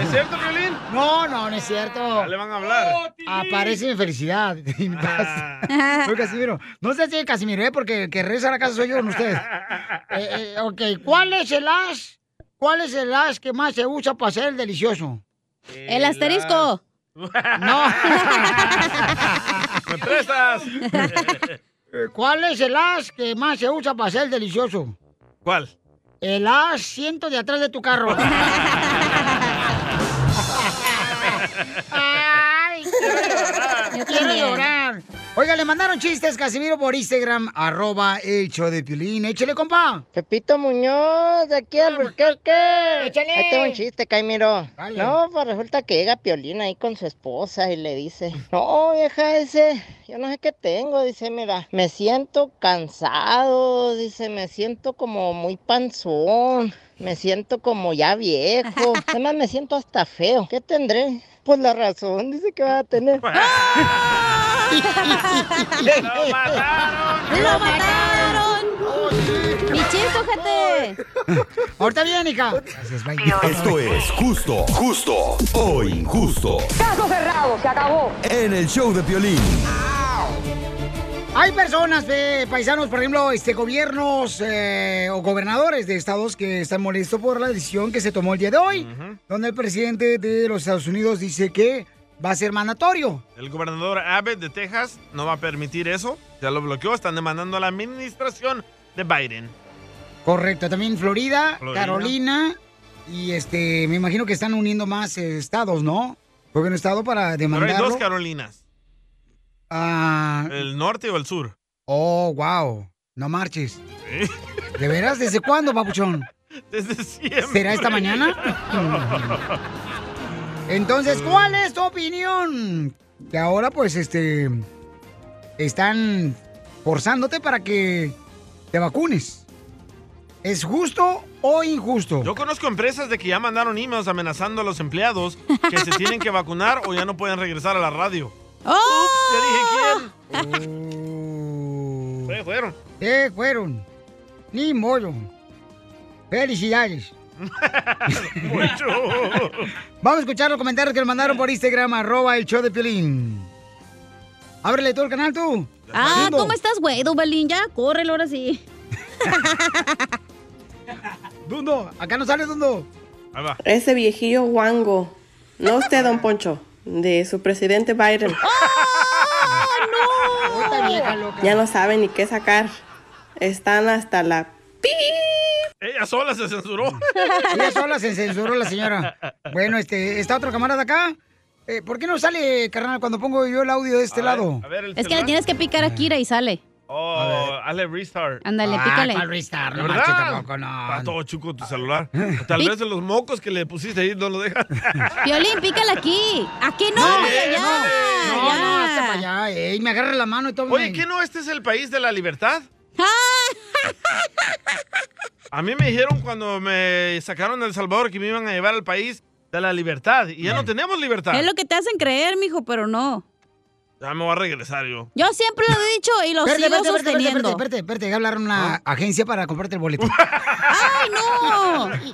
S2: ¿Es cierto, Violín?
S1: No, no, no es cierto. Oh,
S2: le van a hablar.
S1: Aparece mi felicidad y mi paz.
S2: Ah.
S1: Soy Casimiro. No sé si es Casimiro, ¿eh? porque que regresa a la casa soy yo, no ustedes. Eh, eh, ok, ¿cuál es el as? ¿Cuál es el as que más se usa para hacer el delicioso?
S3: El asterisco.
S1: No.
S2: ¿Me prestas?
S1: Eh, ¿Cuál es el as que más se usa para hacer el delicioso?
S2: ¿Cuál?
S1: El asiento de atrás de tu carro. ¡Ay! Quiero, quiero
S10: también.
S1: llorar. Oiga, le mandaron chistes, Casimiro, por Instagram, arroba el show de Piolín. Échale, compa.
S14: Pepito Muñoz, de aquí al Burquerque.
S1: Échale.
S14: Ahí tengo un chiste, Caimiro.
S1: Dale.
S14: No, pues resulta que llega Piolín ahí con su esposa y le dice, no, vieja, ese, yo no sé qué tengo. Dice, mira, me siento cansado, dice, me siento como muy panzón, me siento como ya viejo, además me siento hasta feo. ¿Qué tendré? Pues la razón, dice que va a tener.
S10: ¡Lo mataron!
S3: ¡Lo mataron! ¡Mi chiste, ojete!
S1: Ahorita bien, hija.
S8: Esto es justo, justo o injusto.
S1: Caso cerrado, se acabó.
S8: En el show de Piolín.
S1: Hay personas, eh, paisanos, por ejemplo, este, gobiernos eh, o gobernadores de estados que están molestos por la decisión que se tomó el día de hoy, donde el presidente de los Estados Unidos dice que va a ser mandatorio.
S2: El gobernador Abbott de Texas no va a permitir eso. Ya lo bloqueó. Están demandando a la administración de Biden.
S1: Correcto, también Florida,
S2: Florida.
S1: Carolina y este, me imagino que están uniendo más eh, estados, ¿no? Gobierno de estado para
S2: Pero hay
S1: demandarlo.
S2: dos Carolinas.
S1: Ah,
S2: ¿El norte o el sur?
S1: oh, wow, no marches. ¿De veras? ¿Desde cuándo, papuchón?
S2: Desde siempre.
S1: ¿Será esta mañana? Entonces, ¿cuál es tu opinión? Que ahora, pues, este. Están forzándote para que te vacunes. ¿Es justo o injusto?
S2: Yo conozco empresas de que ya mandaron emails amenazando a los empleados que se tienen que vacunar o ya no pueden regresar a la radio.
S3: ¡Oh!
S2: Se fueron.
S1: Se fueron. Ni modo. Felicidades. Vamos a escuchar los comentarios que nos mandaron por Instagram, arroba el show de Piolín. Ábrele todo el canal tú.
S3: Ah,
S1: Lindo.
S3: ¿cómo estás, güey, Dubalín? Ya, córrelo ahora sí.
S1: Dundo, acá no sale Dundo.
S15: Ese viejillo guango. No usted, don Poncho. De su presidente Biden.
S10: ¡Oh,
S1: Esta vieja loca.
S15: Ya no saben ni qué sacar. Están hasta la...
S2: Ella sola se censuró.
S1: Ella sola se censuró la señada. Bueno, este, está otro camarada acá. Eh, ¿Por qué no sale, carnal, cuando pongo yo el audio de este lado?
S3: Es que le tienes que picar a Kira y sale.
S2: Oh, hazle restart.
S3: Ándale, Ah, pícale.
S1: ¿cuál restart? No
S2: ¿Verdad?
S1: marches tampoco, no. Ah.
S2: Está todo chuco tu celular. Tal vez los mocos que le pusiste ahí no lo dejan.
S3: Violín, pícale aquí. Aquí no,
S2: No,
S3: allá,
S2: eh,
S3: allá.
S1: No, no, hasta para allá. Ey, me agarra la mano y todo.
S2: Oye, ¿qué no? ¿Este es el país de la libertad? A mí me dijeron cuando me sacaron de El Salvador que me iban a llevar al país de la libertad. Y
S1: Mm.
S2: ya no tenemos libertad.
S3: Es lo que te hacen creer, mijo, pero no.
S2: Ya me voy a regresar yo.
S3: Yo siempre lo he dicho y lo sigo
S1: Espérate, espérate, espérate,
S3: sosteniendo.
S1: Espérate, espérate, que hablaron una Ah, agencia para comprarte el boleto.
S3: ¡Ay,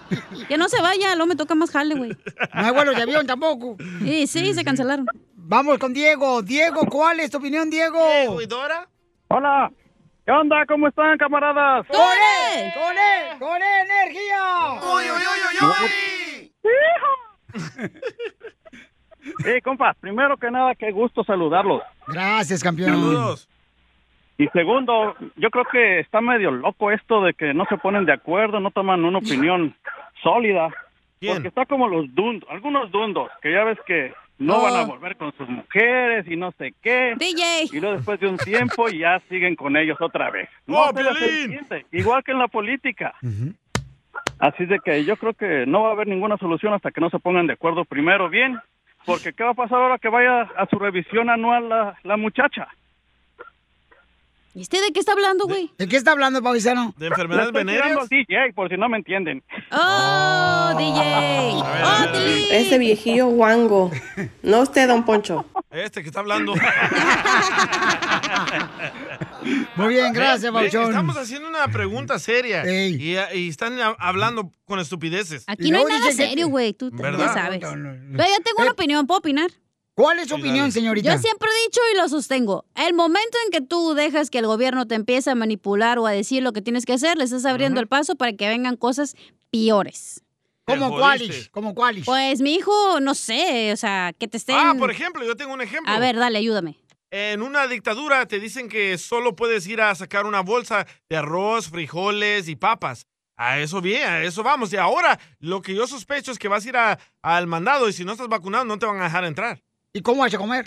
S3: no! Que no se vaya, luego me toca más jale, güey.
S1: No hay vuelos de avión tampoco.
S3: Sí, sí, se cancelaron.
S1: Vamos con Diego. Diego, ¿cuál es tu opinión, Diego? Diego
S2: y Dora.
S16: Hola, ¿qué onda? ¿Cómo están, camaradas?
S1: ¡Con él! ¡Con él! ¡Con él, energía! ¡Uy, uy, uy, uy,
S16: Sí, compa, primero que nada, qué gusto saludarlos.
S1: Gracias, campeón.
S16: Saludos. Y segundo, yo creo que está medio loco esto de que no se ponen de acuerdo, no toman una opinión sólida. Porque está como los dundos, algunos dundos, que ya ves que no
S10: Oh.
S16: van a volver con sus mujeres y no sé qué.
S3: DJ.
S16: Y luego después de un tiempo ya siguen con ellos otra vez. No
S10: ¡Oh,
S16: se les
S10: Piolín!
S16: entiende, igual que en la política. Así de que yo creo que no va a haber ninguna solución hasta que no se pongan de acuerdo primero bien, porque ¿qué va a pasar ahora que vaya a su revisión anual la, la muchacha?
S3: ¿Y usted de qué está hablando, güey?
S1: ¿De qué está hablando, paisano?
S2: ¿De
S16: Le estoy tirando al DJ, por si no me entienden.
S3: ¡Oh,
S10: Ah.
S3: DJ! ¡Oh, Tilín!
S15: Ese viejillo guango. No usted, don Poncho.
S2: Este que está hablando.
S1: Muy bien, gracias,
S2: Ve, ve,
S1: Bauchón.
S2: Estamos haciendo una pregunta seria. Y, y están a- hablando con estupideces.
S3: Aquí no hay nada serio, güey. Tú te-
S2: ¿Verdad?
S3: ya sabes. Pero yo tengo una opinión, ¿puedo opinar?
S1: ¿Cuál es su opinión, señorita?
S3: Yo siempre he dicho y lo sostengo. El momento en que tú dejas que el gobierno te empiece a manipular o a decir lo que tienes que hacer, le estás abriendo el paso para que vengan cosas peores.
S1: ¿Cómo Te jodiste. cuáles? ¿Cómo cuáles?
S3: Pues mi hijo, no sé, o sea, que te estén...
S2: Ah, por ejemplo, yo tengo un ejemplo.
S3: A ver, dale, ayúdame.
S2: En una dictadura te dicen que solo puedes ir a sacar una bolsa de arroz, frijoles y papas. A eso bien, a eso vamos. Y ahora lo que yo sospecho es que vas a ir a- al mandado y si no estás vacunado no te van a dejar entrar.
S1: ¿Y cómo vas a comer?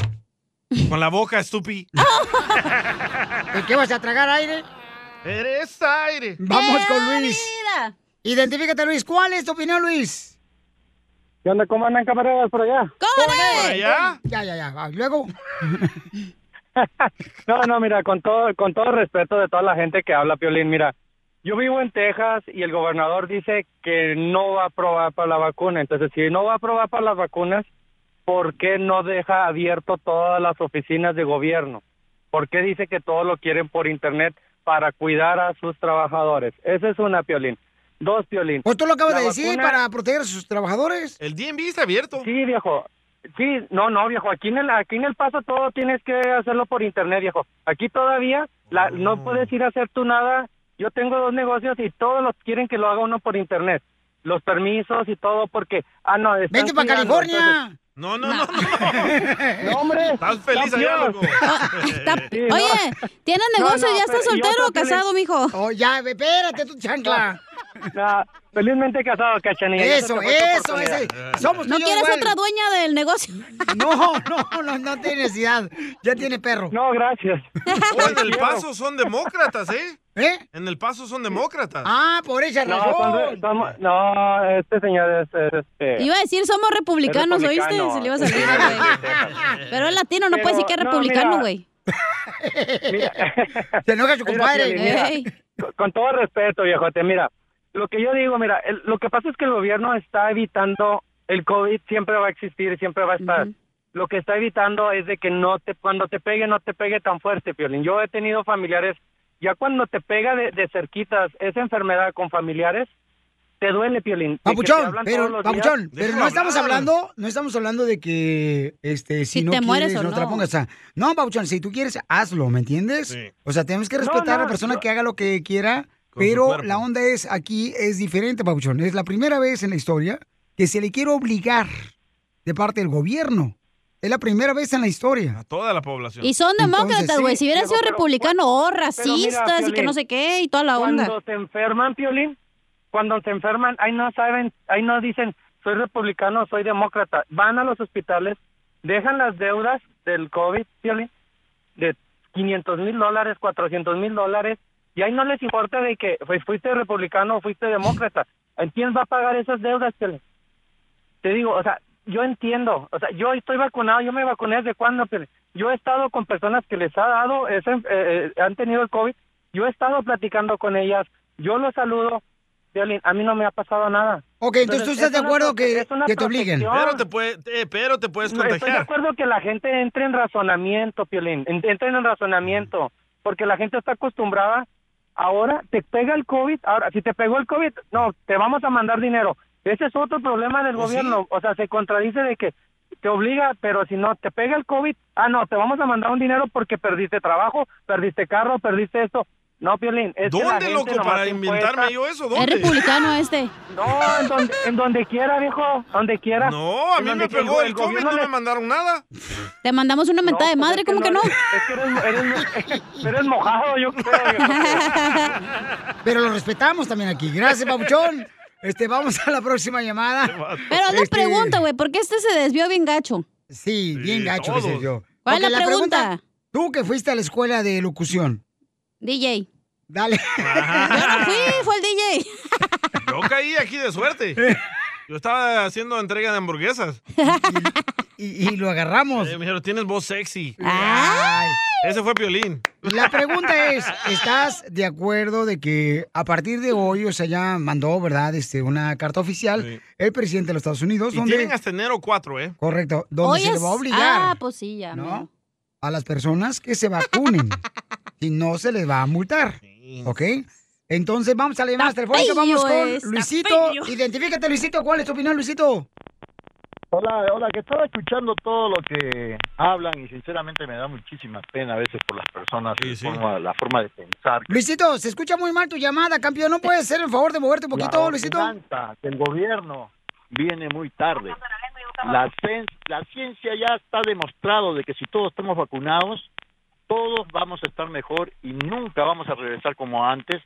S2: Con la boca, estúpido.
S1: ¿De qué vas a tragar aire?
S2: Eres aire.
S1: Vamos con Luis. Identifícate, Luis. ¿Cuál es tu opinión, Luis?
S17: ¿Qué onda? ¿Cómo andan, camaradas, por allá?
S1: ¿Por
S17: allá?
S1: Ya, ya, ya. va, Luego.
S17: No, no, mira, con todo, con todo respeto de toda la gente que habla Piolín, mira, yo vivo en Texas y el gobernador dice que no va a aprobar para la vacuna. Entonces, si no va a aprobar para las vacunas, ¿por qué no deja abierto todas las oficinas de gobierno? ¿Por qué dice que todo lo quieren por internet para cuidar a sus trabajadores? Esa es una, Piolín. Dos, Piolín.
S1: Pues tú lo acabas
S17: La
S1: de decir
S17: vacuna-
S1: para proteger a sus trabajadores.
S2: El DMV está abierto.
S17: Sí, viejo. Sí, no, no, viejo. Aquí en el, aquí en el paso todo tienes que hacerlo por internet, viejo. Aquí todavía la-
S2: Ah.
S17: no puedes ir a hacer tú nada. Yo tengo dos negocios y todos los quieren que lo haga uno por internet. Los permisos y todo porque ah no. están
S1: Vente para
S17: cuidando,
S1: California.
S17: entonces-
S2: No, no, no,
S17: no, hombre.
S2: Estás feliz allá,
S17: campeón.
S2: loco.
S17: Sí, no.
S3: Ah, Oye, ¿tienes negocio?
S17: No, no,
S3: ¿Ya estás
S17: pero- y
S3: soltero o
S17: otro, Piolín.
S3: casado, mijo?
S1: Oh, ya, espérate, tu chancla.
S17: No, felizmente casado, cachanilla.
S1: Eso,
S17: te fue tu
S1: eso,
S17: oportunidad.
S1: ese. Somos
S3: ¿No
S1: tú y yo
S3: quieres
S1: igual.
S3: otra dueña del negocio?
S1: No, no, no, no tiene necesidad. Ya tiene perro.
S17: No, gracias.
S2: Oh, en El Paso son demócratas, ¿eh?
S1: ¿Eh?
S2: En El Paso son demócratas.
S1: Ah, por esa
S17: No, son re- son- no, este señor es, es, este.
S3: Iba a decir, somos republicanos,
S17: Es
S3: ¿oíste?
S17: republicano.
S3: Se le iba a salir, güey. Pero es latino, no puede decir que es
S17: Pero, no,
S3: republicano,
S17: mira.
S3: güey.
S1: Se enoja su
S17: Mira,
S1: compadre.
S17: Piolín, mira, con- con todo respeto, viejote, mira, lo que yo digo, mira, el- lo que pasa es que el gobierno está evitando el COVID, siempre va a existir, siempre va a estar. Lo que está evitando es de que no te, cuando te pegue, no te pegue tan fuerte, Piolín. Yo he tenido familiares, ya cuando te pega de, de cerquitas esa enfermedad con familiares, te duele, Piolín. de que te
S1: Papuchón,
S17: hablan todos
S1: pero,
S17: los días.
S1: Papuchón, pero no estamos hablando, no estamos hablando de que este, si,
S17: Si
S1: no
S17: te
S1: quieres,
S17: mueres o
S1: no te la
S17: no.
S1: pongas. O sea, no, Papuchón, si tú quieres, hazlo, ¿me entiendes? O sea, tenemos que
S17: No,
S1: respetar a
S17: no,
S1: la persona
S17: no.
S1: que haga lo que quiera,
S17: su
S1: pero
S17: cuerpo.
S1: la onda es, aquí es diferente, Papuchón. Es la primera vez en la historia que se le quiere obligar de parte del gobierno. Es la primera vez en la historia.
S2: Toda la población.
S3: Y son demócratas,
S1: sí,
S3: güey. si hubieran
S1: pero-
S3: sido
S1: pero-
S3: republicanos o
S17: pero mira,
S3: racistas y que
S17: Piolín,
S3: no sé qué y toda la onda.
S17: Cuando se enferman, Piolín, cuando se enferman, ahí no saben, ahí no dicen, soy republicano, soy demócrata. Van a los hospitales, dejan las deudas del COVID, Piolín, de 500 mil dólares, 400 mil dólares, y ahí no les importa de que pues, fuiste republicano o fuiste demócrata. ¿Quién va a pagar esas deudas? Piolín? Te digo, o sea, yo entiendo, o sea, yo estoy vacunado, yo me vacuné desde cuándo, Piolín? yo he estado con personas que les ha dado, ese, eh, eh, han tenido el COVID, yo he estado platicando con ellas, yo los saludo, Piolín, a mí no me ha pasado nada.
S1: Ok, entonces tú estás
S17: es
S1: de
S17: una
S1: acuerdo
S17: pro-
S1: que,
S17: es una
S1: que te obliguen.
S17: protección.
S2: Pero te, puede- eh, pero te puedes
S17: No, Estoy de
S2: contagiar.
S17: acuerdo que la gente entre en razonamiento, Piolín. en- Entre en razonamiento. Porque la gente está acostumbrada. Ahora te pega el COVID. Ahora, si te pegó el COVID, no, te vamos a mandar dinero. Ese es otro problema
S2: Oh,
S17: del
S13: Pues sí.
S17: gobierno. O sea, se contradice de que te obliga, pero si no te pega el COVID, ah, no, te vamos a mandar un dinero porque perdiste trabajo, perdiste carro, perdiste esto. No, Piolín. Es que
S2: ¿Dónde,
S17: la gente
S2: loco,
S17: nomás
S2: para
S17: se
S2: inventarme
S17: encuesta.
S2: yo eso?
S3: Es
S2: ¿Dónde?
S3: republicano este.
S17: No, en donde, en donde quiera, viejo, donde quiera.
S2: No, a mí me pegó el COVID, no me mandaron nada.
S3: Te mandamos una mentada de madre, ¿cómo que no?
S17: Es que eres, eres- eres mojado, yo creo.
S1: Pero lo respetamos también aquí. Gracias, Pabuchón. Este, vamos a la próxima llamada.
S3: Pero hazle
S1: Este,
S3: pregunta, güey, ¿por qué este se desvió bien gacho?
S1: Sí, bien gacho que se yo.
S3: ¿Cuál es la
S1: Tú que fuiste a la escuela de locución.
S3: DJ.
S1: Dale.
S3: Yo no fui, fue el DJ.
S2: Yo caí aquí de suerte. Yo estaba haciendo entrega de hamburguesas. Eh,
S1: Y, y lo agarramos.
S2: me dijeron, tienes voz sexy.
S1: Ay.
S2: Ese fue Piolín.
S1: La pregunta es, ¿estás de acuerdo de que a partir de hoy, o sea, ya mandó, ¿verdad? Este, una carta oficial el presidente de los Estados Unidos,
S2: Y tienen
S1: donde,
S2: hasta enero 4, ¿eh?
S1: correcto, donde
S3: Hoy
S1: se le
S3: es-
S1: va a obligar
S3: Ah, pues sí, ya. mero.
S1: a las personas que se vacunen. si no, se les va a multar. ¿Ok? Entonces vamos a las llamadas telefónicas, vamos
S10: feo,
S1: con
S10: está
S1: Luisito. Identifícate, Luisito, ¿cuál es tu opinión, Luisito?
S18: Hola, hola, que estaba escuchando todo lo que hablan y sinceramente me da muchísima pena a veces por las personas, la, Forma, la forma de pensar.
S1: Luisito, se escucha muy mal tu llamada, campeón. ¿No puedes hacer el favor de moverte un poquito,
S18: la
S1: Luisito?
S18: ordenanza del gobierno viene muy tarde. La, cien- la ciencia ya está demostrado de que si todos estamos vacunados, todos vamos a estar mejor y nunca vamos a regresar como antes.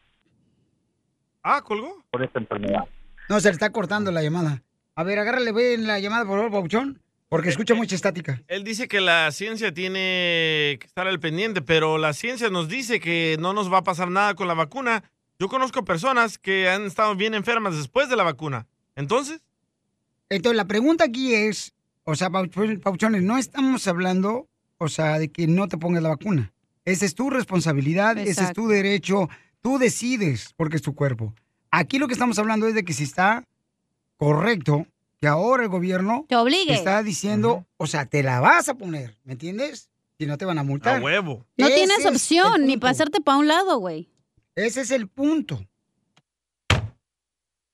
S2: Ah, colgó.
S18: Por esta enfermedad.
S1: No, se le está cortando la llamada. A ver, agárrale bien la llamada, por favor, Pauchón,
S18: Eh,
S1: porque escucha mucha estática.
S2: Él dice que la ciencia tiene que estar al pendiente, pero la ciencia nos dice que no nos va a pasar nada con la vacuna. Yo conozco personas que han estado bien enfermas después de la vacuna. Entonces,
S1: Entonces, la pregunta aquí es, o sea, Pauchón- Pauchones, no estamos hablando, o sea, de que no te pongas la vacuna. Esa es tu responsabilidad, ese es
S10: Exacto.
S1: tu derecho, tú decides, porque es tu cuerpo. Aquí lo que estamos hablando es de que si está correcto, que ahora el gobierno
S3: te obligue.
S1: está diciendo, o sea, te la vas a poner, ¿me entiendes? Si no te van a multar.
S2: huevo.
S3: No
S1: Ese
S3: tienes
S1: es el
S3: opción ni pasarte para un lado, güey.
S1: Ese es el punto.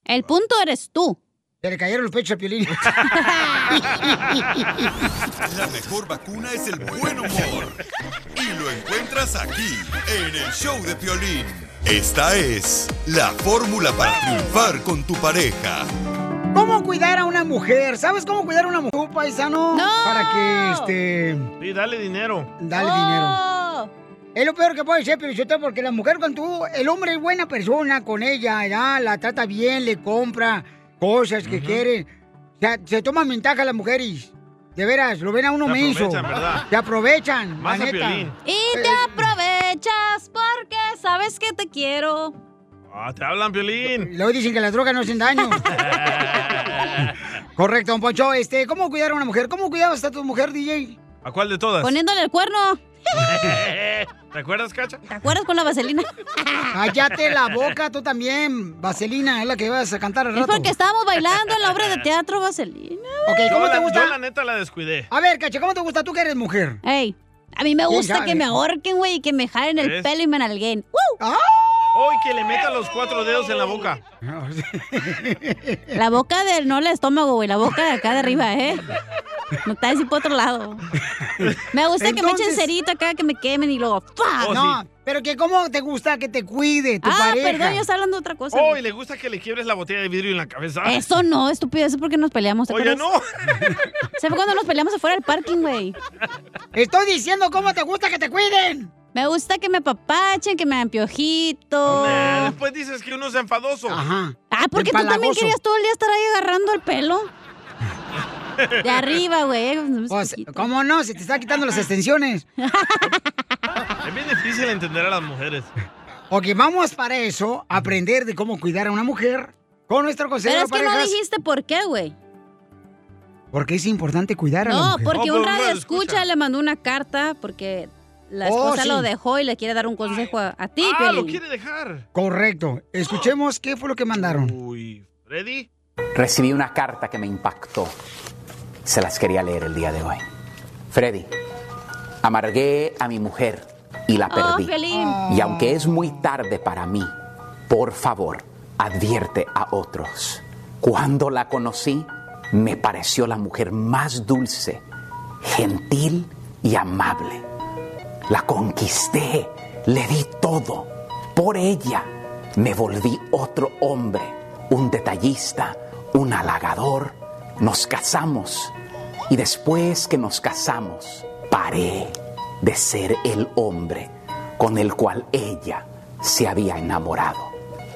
S3: El punto eres tú.
S1: Se le cayeron los pechos a Piolín.
S8: La mejor vacuna es el buen humor. Y lo encuentras aquí, en el show de Piolín. Esta es la fórmula para triunfar con tu pareja.
S1: ¿Cómo cuidar a una mujer? ¿Sabes cómo cuidar a una mujer, un paisano? Para que, este...
S2: sí, dale dinero.
S1: Dale
S3: Oh.
S1: dinero. Es lo peor que puede ser, pero porque la mujer con tú, el hombre es buena persona con ella, ya, la trata bien, le compra cosas que quiere. Se, se toman ventaja las mujeres. De veras, lo ven a uno
S10: Se
S1: menso.
S10: aprovechan, ¿verdad?
S1: Se aprovechan,
S10: Más
S1: la
S10: a
S1: neta.
S10: Piolín.
S3: Y te aprovechas porque sabes que te quiero.
S2: Ah, te hablan, Piolín.
S1: Luego dicen que las drogas no hacen daño. Correcto, don Poncho. Este, ¿cómo cuidar a una mujer? ¿Cómo cuidabas a tu mujer, DJ?
S2: ¿A cuál de todas?
S3: Poniéndole el cuerno.
S2: Eh, ¿Te acuerdas, Cacha?
S3: ¿Te acuerdas con la vaselina?
S1: Cállate la boca, tú también. Vaselina, es la que vas a cantar al
S3: Es
S1: rato.
S3: porque estábamos bailando en la obra de teatro Vaselina.
S1: Ok, ¿cómo
S2: yo,
S1: te
S2: la-
S1: gusta?
S2: yo la neta la descuidé.
S1: A ver, Cacha, ¿cómo te gusta tú que eres mujer?
S3: Ey, a mí me
S1: ¿Quién
S3: gusta
S1: sabe?
S3: que me ahorquen, güey, y que me jalen el
S2: ¿Ves?
S3: pelo y me nalguen. ¡Woo!
S2: Hoy que le meta los cuatro dedos en la boca.
S3: La boca del, no el estómago, güey, la boca de acá de arriba, ¿eh? No está así por otro lado. Me gusta que me echen
S1: Entonces-
S3: cerito acá, que me quemen y luego ¡fa!
S1: no, pero que cómo te gusta que te cuide tu
S3: ah,
S1: pareja.
S3: perdón, yo estaba hablando de otra cosa.
S2: Hoy
S3: güey.
S2: Oh, le gusta que le quiebres la botella de vidrio en la cabeza.
S3: Eso no, estúpido, eso es porque nos peleamos. ¿te
S2: Oye,
S3: acuerdas? Se fue cuando nos peleamos afuera del parking, güey.
S1: Estoy diciendo cómo te gusta que te cuiden.
S3: Me gusta que me papachen, que me dan piojito.
S2: Eh, después dices que uno es enfadoso.
S1: Ajá.
S3: Ah, porque tú también querías todo el día estar ahí agarrando el pelo. De arriba, güey.
S1: Pues, ¿Cómo no? Se te está quitando las extensiones.
S2: Es bien difícil entender a las mujeres.
S1: Ok, vamos para eso, a aprender de cómo cuidar a una mujer con nuestro
S3: Pero
S1: consejero
S3: es que
S1: de
S3: no
S1: parejas.
S3: dijiste por qué, güey.
S1: Porque es importante cuidar a la
S3: No,
S1: mujer.
S3: porque un radio escucha le mandó una carta porque la
S1: Oh,
S3: esposa
S1: sí.
S3: lo dejó y le quiere dar un consejo a, a ti,
S2: Ah, lo
S3: Piolín.
S2: quiere dejar.
S1: Correcto. Escuchemos qué fue lo que mandaron.
S2: ¿Ready?
S19: Recibí una carta que me impactó. Se las quería leer el día de hoy. Freddy, amargué a mi mujer y la
S3: Oh,
S19: perdí.
S3: Piolín.
S19: Y aunque es muy tarde para mí, por favor, advierte a otros. Cuando la conocí, me pareció la mujer más dulce, gentil y amable. La conquisté, le di todo. Por ella me volví otro hombre, un detallista, un halagador. Nos casamos y después que nos casamos, paré de ser el hombre con el cual ella se había enamorado.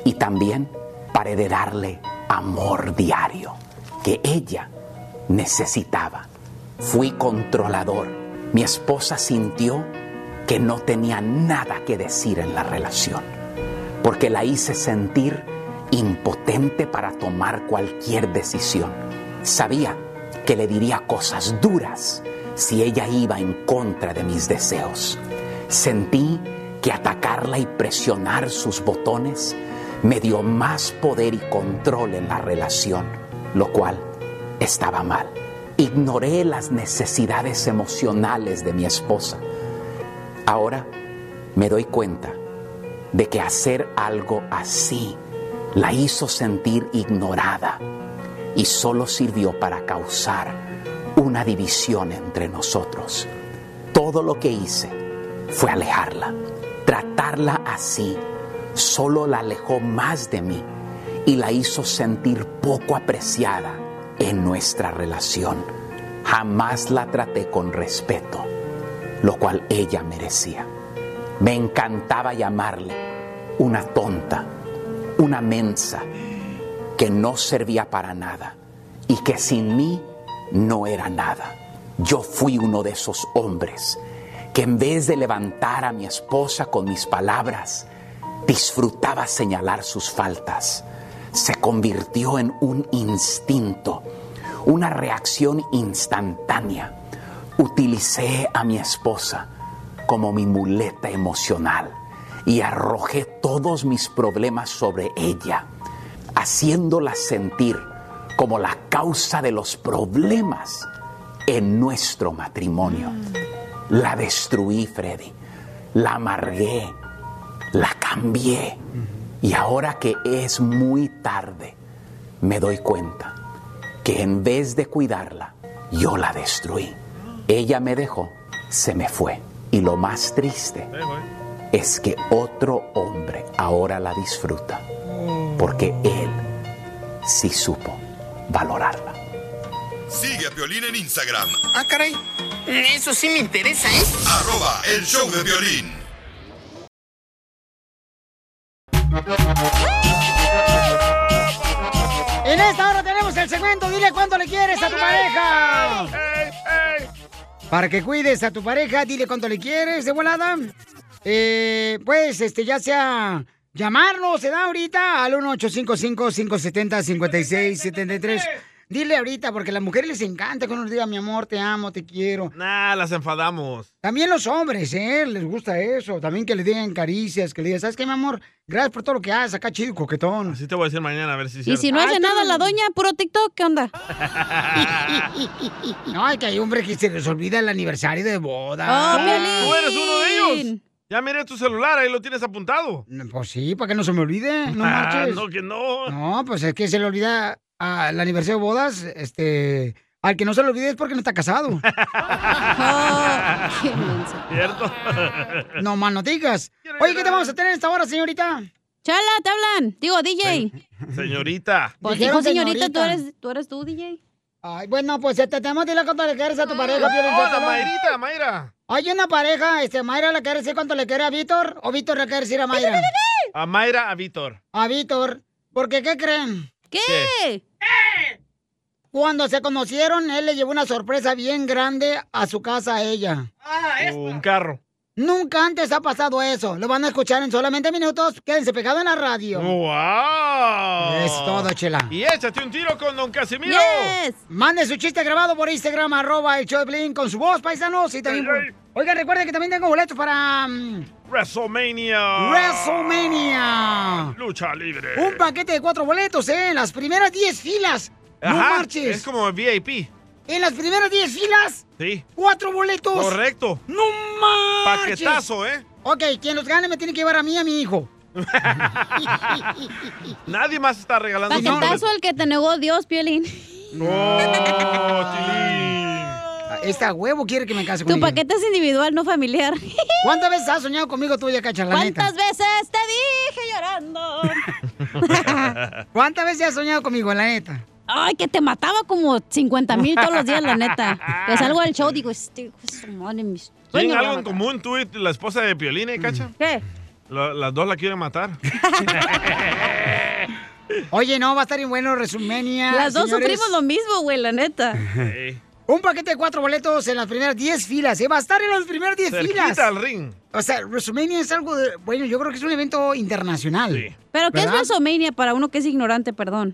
S19: Y también paré de darle amor diario que ella necesitaba. Fui controlador. Mi esposa sintió que no tenía nada que decir en la relación, porque la hice sentir impotente para tomar cualquier decisión. Sabía que le diría cosas duras si ella iba en contra de mis deseos. Sentí que atacarla y presionar sus botones me dio más poder y control en la relación, lo cual estaba mal. Ignoré las necesidades emocionales de mi esposa. Ahora me doy cuenta de que hacer algo así la hizo sentir ignorada y solo sirvió para causar una división entre nosotros. Todo lo que hice fue alejarla. Tratarla así solo la alejó más de mí y la hizo sentir poco apreciada en nuestra relación. Jamás la traté con respeto lo cual ella merecía. Me encantaba llamarle una tonta, una mensa, que no servía para nada y que sin mí no era nada. Yo fui uno de esos hombres que en vez de levantar a mi esposa con mis palabras, disfrutaba señalar sus faltas. Se convirtió en un instinto, una reacción instantánea. Utilicé a mi esposa como mi muleta emocional y arrojé todos mis problemas sobre ella, haciéndola sentir como la causa de los problemas en nuestro matrimonio. La destruí, Freddy. La amargué. La cambié. Y ahora que es muy tarde, me doy cuenta que en vez de cuidarla, yo la destruí. Ella me dejó, se me fue. Y lo más triste es que otro hombre ahora la disfruta, porque él sí supo valorarla.
S8: Sigue a Piolín en Instagram.
S20: Ah, caray. Eso sí me interesa, ¿eh?
S8: Arroba el show de violín.
S1: En esta hora tenemos el segmento Dile cuánto le quieres a tu pareja. Para que cuides a tu pareja, dile cuánto le quieres de volada. Eh, pues, este, ya sea llamarnos, se da ahorita al 1855-570-5673. Dile ahorita, porque a las mujeres les encanta que uno les diga, mi amor, te amo, te quiero.
S2: Nah, Ah, las enfadamos.
S1: También los hombres, ¿eh? Les gusta eso. También que le digan caricias, que le digan, ¿sabes qué, mi amor? Gracias por todo lo que haces, acá chido, coquetón.
S2: Así te voy a decir mañana a ver si es
S3: Y si no
S2: cierto.
S1: Ah,
S3: hace nada la doña, puro TikTok, ¿qué onda?
S1: No, hay que hay hombres que se les olvida el aniversario de boda.
S3: Oh,
S2: Ah, Tú eres uno de ellos. Ya miré tu celular, ahí lo tienes apuntado.
S1: Pues sí, para que no se me olvide, no
S2: Ah,
S1: marches.
S2: no, que no.
S1: No, pues es que se le olvida al aniversario de bodas, este... Al que no se le olvide es porque no está casado. Ah,
S2: ¿Cierto?
S1: No más no digas. Oye, ¿qué te vamos a tener en esta hora, señorita?
S3: Chala, te hablan. Digo, DJ.
S2: Señorita.
S3: Pues
S1: Dijeron
S3: dijo, señorita,
S1: señorita.
S3: tú eres, tú eres tú, DJ.
S1: Ay, bueno, pues este tema dile cuánto le quieres a tu pareja, Piolín
S2: Hola,
S1: Sotelo.
S2: Mayrita, Mayra.
S1: Hay una pareja, este, Mayra le quiere decir cuánto le quiere a Víctor, o Víctor le quiere decir a Mayra.
S2: A Mayra, a Víctor.
S1: A Víctor, porque ¿qué creen?
S2: ¿Qué?
S1: Cuando se conocieron, él le llevó una sorpresa bien grande a su casa a ella.
S2: Un carro.
S1: Nunca antes ha pasado eso. Lo van a escuchar en solamente minutos. Quédense pegados en la radio.
S2: ¡Wow!
S1: Es todo, chela.
S2: Oh. Y échate un tiro con Don Casimiro.
S1: Mande su chiste grabado por Instagram, arroba el show de Piolín, con su voz, paisanos. Y también. Oigan, recuerden que también tengo boletos para. mm,
S2: WrestleMania.
S1: WrestleMania.
S2: Lucha libre.
S1: Un paquete de cuatro boletos, ¿eh? En las primeras 10 filas. no
S2: Ajá,
S1: marches.
S2: Es como VIP.
S1: En las primeras 10 filas,
S2: Sí.
S1: cuatro boletos.
S2: Correcto.
S1: ¡No marches!
S2: Paquetazo, ¿eh?
S1: Ok, quien los gane me tiene que llevar a mí y a mi hijo.
S2: Nadie más está regalando un
S3: Paquetazo al que te negó Dios, Piolín.
S2: Oh,
S1: Esta huevo quiere que me case con
S3: Tu
S1: ella.
S3: paquete es individual, no familiar.
S1: ¿Cuántas veces has soñado conmigo tú, Yacacha, la neta?
S3: ¿Cuántas veces te dije llorando?
S1: ¿Cuántas veces pues, has soñado conmigo, la neta?
S3: Ay, que te mataba como 50 mil todos los días, la neta. Que salgo del show, digo, este hijo de su madre, mis
S2: ¿Tienen
S3: sueños,
S2: algo
S3: la
S2: en común tú y la esposa de Piolín,
S1: Mm.
S2: eh, Cacha?
S3: ¿Qué?
S2: La- las dos la quieren matar.
S1: Oye, no, va a estar en bueno resumenia.
S3: Las dos
S1: señores.
S3: sufrimos lo mismo, güey, la neta.
S1: Un paquete de cuatro boletos en las primeras 10 filas. ¿eh? Va a estar en las primeras 10
S2: Cerquita
S1: filas.
S2: al ring.
S1: O sea, WrestleMania es algo de... Bueno, yo creo que es un evento internacional.
S3: Pero ¿qué
S1: ¿Verdad?
S3: es WrestleMania para uno que es ignorante, perdón?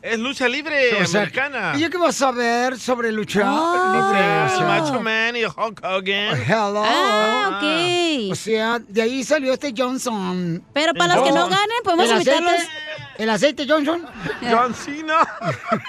S2: Es lucha libre
S1: O sea,
S2: americana.
S1: ¿Y yo qué vas a ver sobre lucha?
S2: Dice
S1: libre? O
S2: el
S1: sea,
S2: Macho Man y Hulk Hogan.
S1: Hello.
S2: Ah,
S1: ok. O sea, de ahí salió este Johnson.
S3: Pero para los que no ganen, podemos
S1: ¿El aceite?
S3: invitarlos.
S1: ¿El aceite Johnson?
S2: John Cena.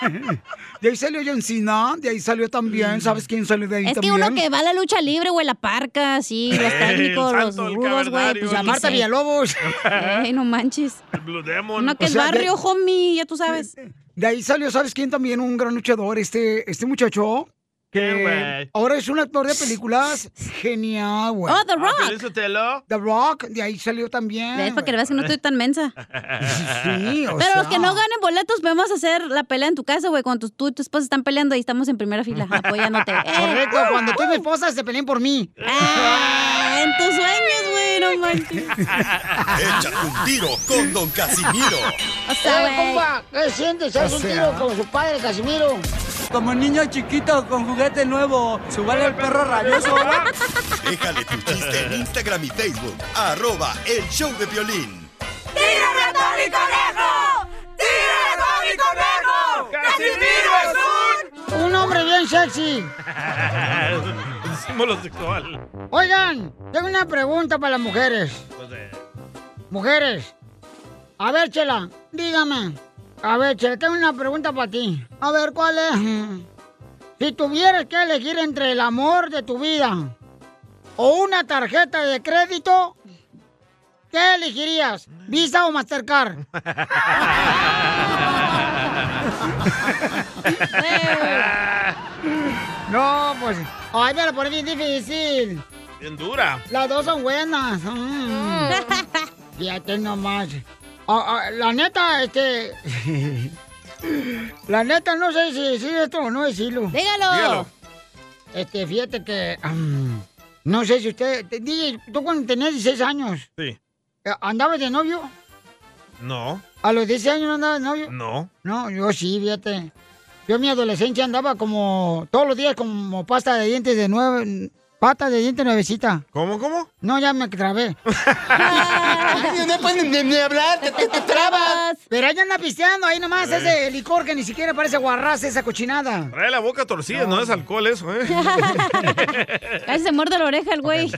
S1: de ahí salió John Cena, de ahí salió también. ¿Sabes quién salió de ahí
S3: Es que
S1: también?
S3: uno que va a la lucha libre, güey, la parca, sí, los
S1: El
S3: técnicos, los
S1: santo, el
S3: rudos, güey.
S1: cavernario.
S3: Pues
S1: La
S3: yo qué
S1: Marta
S3: sé.
S1: Villalobos.
S3: Ey, no manches.
S2: Blue Demon.
S3: Uno Ah. que
S1: O
S3: es
S1: sea, de-
S3: barrio, homie, ya tú sabes.
S1: De ahí salió, ¿sabes quién también? Un gran luchador, este, este muchacho.
S2: ¿Qué,
S1: Que
S2: güey?
S1: ahora es un actor de películas genial, güey.
S3: Oh, The
S2: Ah, Piolín Sotelo.
S1: The Rock, de ahí salió también.
S3: ¿Ves? Para que veas que no estoy tan mensa.
S1: Sí, o
S3: Pero
S1: sea.
S3: los que no ganen boletos, vamos a hacer la pelea en tu casa, güey. Cuando tú y tu esposa están peleando, ahí estamos en primera fila, apoyándote. Eh,
S1: Correcto, cuando tú y mi esposa se peleen por mí.
S3: ah, en tus sueños, güey, no manches.
S8: Échate un tiro con Don Casimiro.
S3: O sea,
S1: Eh,
S3: güey.
S1: compa, ¿qué sientes?
S21: O
S1: ¿Haz un
S21: sea.
S1: tiro con su padre, Casimiro?
S21: Como niño chiquito con juguete nuevo, subale el perro ah? rabioso.
S8: Déjale tu chiste en Instagram y Facebook. Arroba el show de violín.
S10: ¡Tírame a Tony Conejo! ¡Tírame a Tony Conejo! ¡Casimiro es
S1: Un hombre bien sexy.
S2: Un símbolo sexual.
S1: Oigan, tengo una pregunta para las mujeres.
S2: Pues, eh.
S1: Mujeres. A ver, Chela, dígame. A ver, Chela, tengo una pregunta para ti. A ver, ¿cuál es? Si tuvieras que elegir entre el amor de tu vida o una tarjeta de crédito, ¿qué elegirías? ¿Visa o Mastercard? No, pues. Ay, me la pones bien difícil.
S2: Bien dura.
S1: Las dos son buenas. Mm. Fíjate nomás. Ah, ah, la neta, este. la neta, no sé si decir esto o no decirlo.
S3: Dígalo. Dígalo.
S1: Este, fíjate que. mm, no sé si usted. te- DJ, tú cuando tenías 16 años,
S2: Sí.
S1: eh, ¿andabas de novio?
S2: No,
S1: ¿A los 16 años no andabas de novio?
S2: no.
S1: No, yo sí, fíjate. Yo en mi adolescencia andaba como todos los días como pasta de dientes de nueve, pata de dientes nuevecita.
S2: ¿Cómo, cómo?
S1: No, ya me trabé.
S10: no pueden ni- ni hablar, te- te- te trabas.
S1: Pero ahí anda pisteando, ahí nomás,
S2: Eh.
S1: ese licor que ni siquiera parece guarraz, esa cochinada.
S2: Trae la boca torcida, no, es alcohol eso, ¿eh?
S3: Casi se muerde la oreja el güey.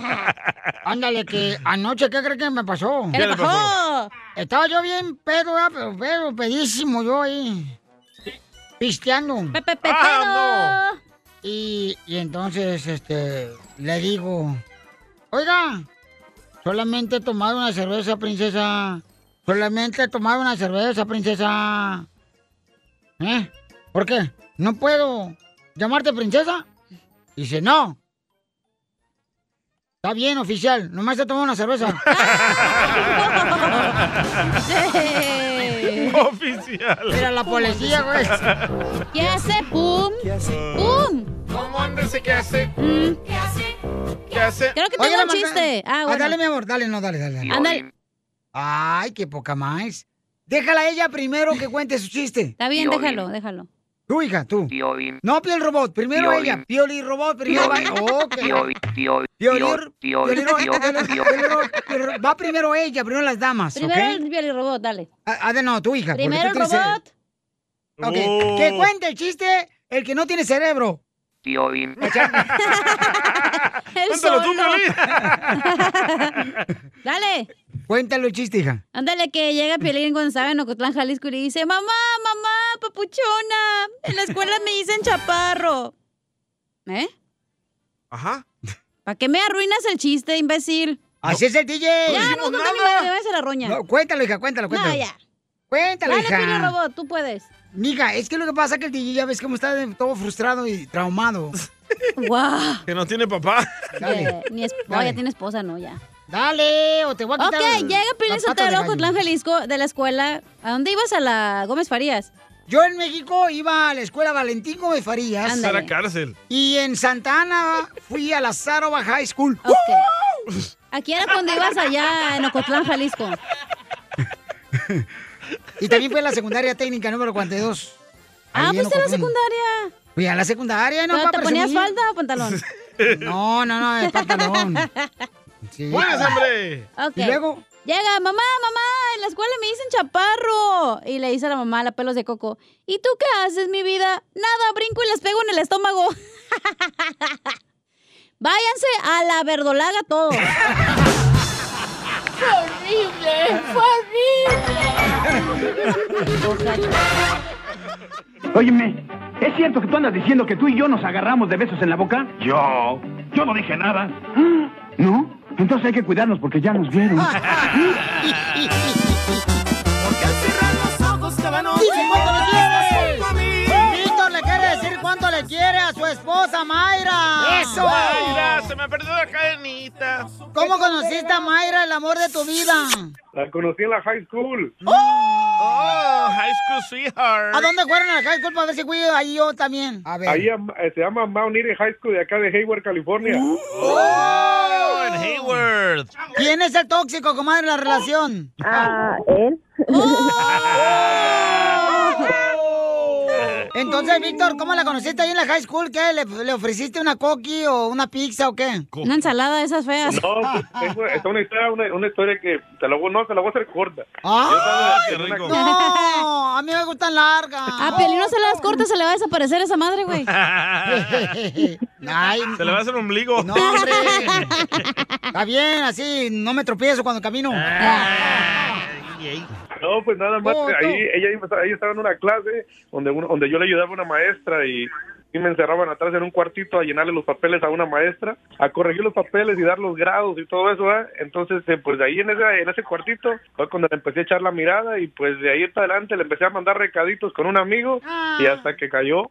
S1: Ándale, que anoche, ¿qué crees que me pasó?
S3: ¿Qué le pasó?
S1: Estaba yo bien pedo, ¿verdad? pero, pero pedísimo yo ahí. Pisteando.
S3: Pepe, Ah,
S1: y, y entonces, este, le digo, oiga, solamente tomar una cerveza, princesa. Solamente tomar una cerveza, princesa. ¿Eh? ¿Por qué? ¿No puedo llamarte princesa? Dice, no. Está bien, oficial. Nomás te tomado una cerveza.
S2: Oficial.
S1: Mira la policía, güey.
S3: ¿Qué hace? ¡Pum! ¿Qué hace? ¡Pum!
S2: ¿Cómo andas? ¿Qué hace?
S3: ¿Qué hace?
S2: ¿Qué hace?
S3: Creo que
S1: Oye,
S3: tengo un
S1: la mandé-
S3: chiste. Ah, bueno.
S1: dale, mi amor, dale, no, dale, dale. dale.
S3: Ándale.
S1: Ay, qué poca más. Déjala a ella primero que cuente su chiste.
S3: Está bien, déjalo, déjalo.
S1: Tu hija, tú.
S10: Piolín.
S1: No, Piel Robot, primero
S10: Piolín.
S1: ella. Pioli Robot, primero va. Ok. Piolín- Piolín Ro- Piolín Ro- Piolín Ro- Va primero ella, primero las damas.
S3: Primero
S1: ¿ok?
S3: el violín robot, dale.
S1: Ah, de no, tu hija. porque
S3: Primero el
S1: tú tienes-
S3: robot.
S1: Ok,
S10: Oh.
S1: Que cuente el chiste el que no tiene cerebro.
S10: Piolín.
S1: Cuéntalo tú,
S3: Dale.
S1: Cuéntalo el chiste, hija.
S3: Ándale que llega Piolín González en Ocotlán, Jalisco y le dice, mamá, mamá, papuchona, en la escuela me dicen chaparro. ¿Eh?
S2: Ajá.
S3: ¿Para qué me arruinas el chiste, imbécil?
S1: Así es el DJ.
S3: Ya, no,
S1: Dijimos
S3: no,
S1: nada.
S3: me vayas a la roña.
S1: No, cuéntalo, hija, cuéntalo, cuéntalo.
S3: No, ya.
S1: Cuéntalo,
S3: Dale,
S1: hija.
S3: Piolín Robot, tú puedes.
S1: Mija, es que lo que pasa es que el DJ ya ves cómo está de- todo frustrado y traumado.
S3: ¡Guau!
S2: Que no tiene papá.
S1: Dale.
S3: Eh, ni esp- no,
S1: Dale.
S3: ya tiene esposa, no, ya.
S1: Dale, o te voy a quitar
S3: Ok,
S1: el-
S3: llega Piolín
S1: las patas
S3: Sotelo,
S1: de gallo.
S3: Ocotlán, Jalisco, de la escuela. ¿A dónde ibas? A la Gómez Farías.
S1: Yo en México iba a la escuela Valentín Gómez Farías.
S2: Está la cárcel.
S1: Y en Santa Ana fui a la Sarova High School.
S3: Aquí era cuando ibas allá en Ocotlán, Jalisco.
S1: Y también fui a la secundaria técnica número 42.
S3: Ah,
S1: Ahí en
S3: fuiste a la
S1: Ocotlán.
S3: secundaria.
S1: Fui a la secundaria, ¿no?
S3: ¿Pero
S1: pa'
S3: ¿Te ponías
S1: presumir.
S3: falda o pantalón?
S1: No, no, no, es pantalón. Sí.
S2: ¡Buenas, hombre!
S3: Ok.
S1: Y luego,
S3: Llega, mamá, mamá, en la escuela me dicen chaparro. Y le dice a la mamá, la pelos de coco, ¿y tú qué haces, mi vida? Nada, brinco y les pego en el estómago. Váyanse a la verdolaga todos.
S10: horrible! ¡Fue horrible!
S22: Óyeme, ¿es cierto que tú andas diciendo que tú y yo nos agarramos de besos en la boca? Yo, yo no dije nada. ¿No? Entonces hay que cuidarnos porque ya nos vieron.
S1: Dile cuánto le quieres. Víctor le quiere decir cuánto le quiere a su esposa Mayra.
S2: Mayra, se me perdió la cadenita.
S1: ¿Cómo conociste a Mayra, el amor de tu vida?
S23: La conocí en la high school.
S2: Oh, High School Sweetheart.
S1: ¿A dónde fueron acá? Disculpa, a ver si cuido ahí yo también. A ver.
S23: Ahí am- eh, se llama Mount Eden High School de acá de Hayward, California.
S1: ¡Oh!
S2: En Hayward.
S1: ¿Quién es el tóxico, comadre, en la relación? Ah, él. Entonces, Víctor, ¿cómo la conociste ahí en la high school? ¿Qué? ¿Le, le ofreciste una coqui o una pizza o qué?
S3: Una ensalada de esas feas.
S23: No, pues, tengo, es una historia, una, una historia que te la, voy- no, te la voy a hacer corta.
S1: ¡Ah!
S23: Yo estaba en una-
S1: No, a mí me gustan largas.
S3: A Piolín no se las corta, se le va a desaparecer esa madre, güey.
S2: se le va a hacer un ombligo.
S1: No, hombre. Está bien, así no me tropiezo cuando camino.
S2: Ah.
S23: No, pues nada más,
S1: Oh, no.
S23: ahí ella iba- ahí estaba en una clase donde, uno- donde yo le ayudaba a una maestra y, y me encerraban atrás en un cuartito a llenarle los papeles a una maestra, a corregir los papeles y dar los grados y todo eso, ¿verdad? Entonces, eh, pues de ahí en ese, en ese cuartito fue cuando le empecé a echar la mirada y pues de ahí para adelante le empecé a mandar recaditos con un amigo y hasta que cayó.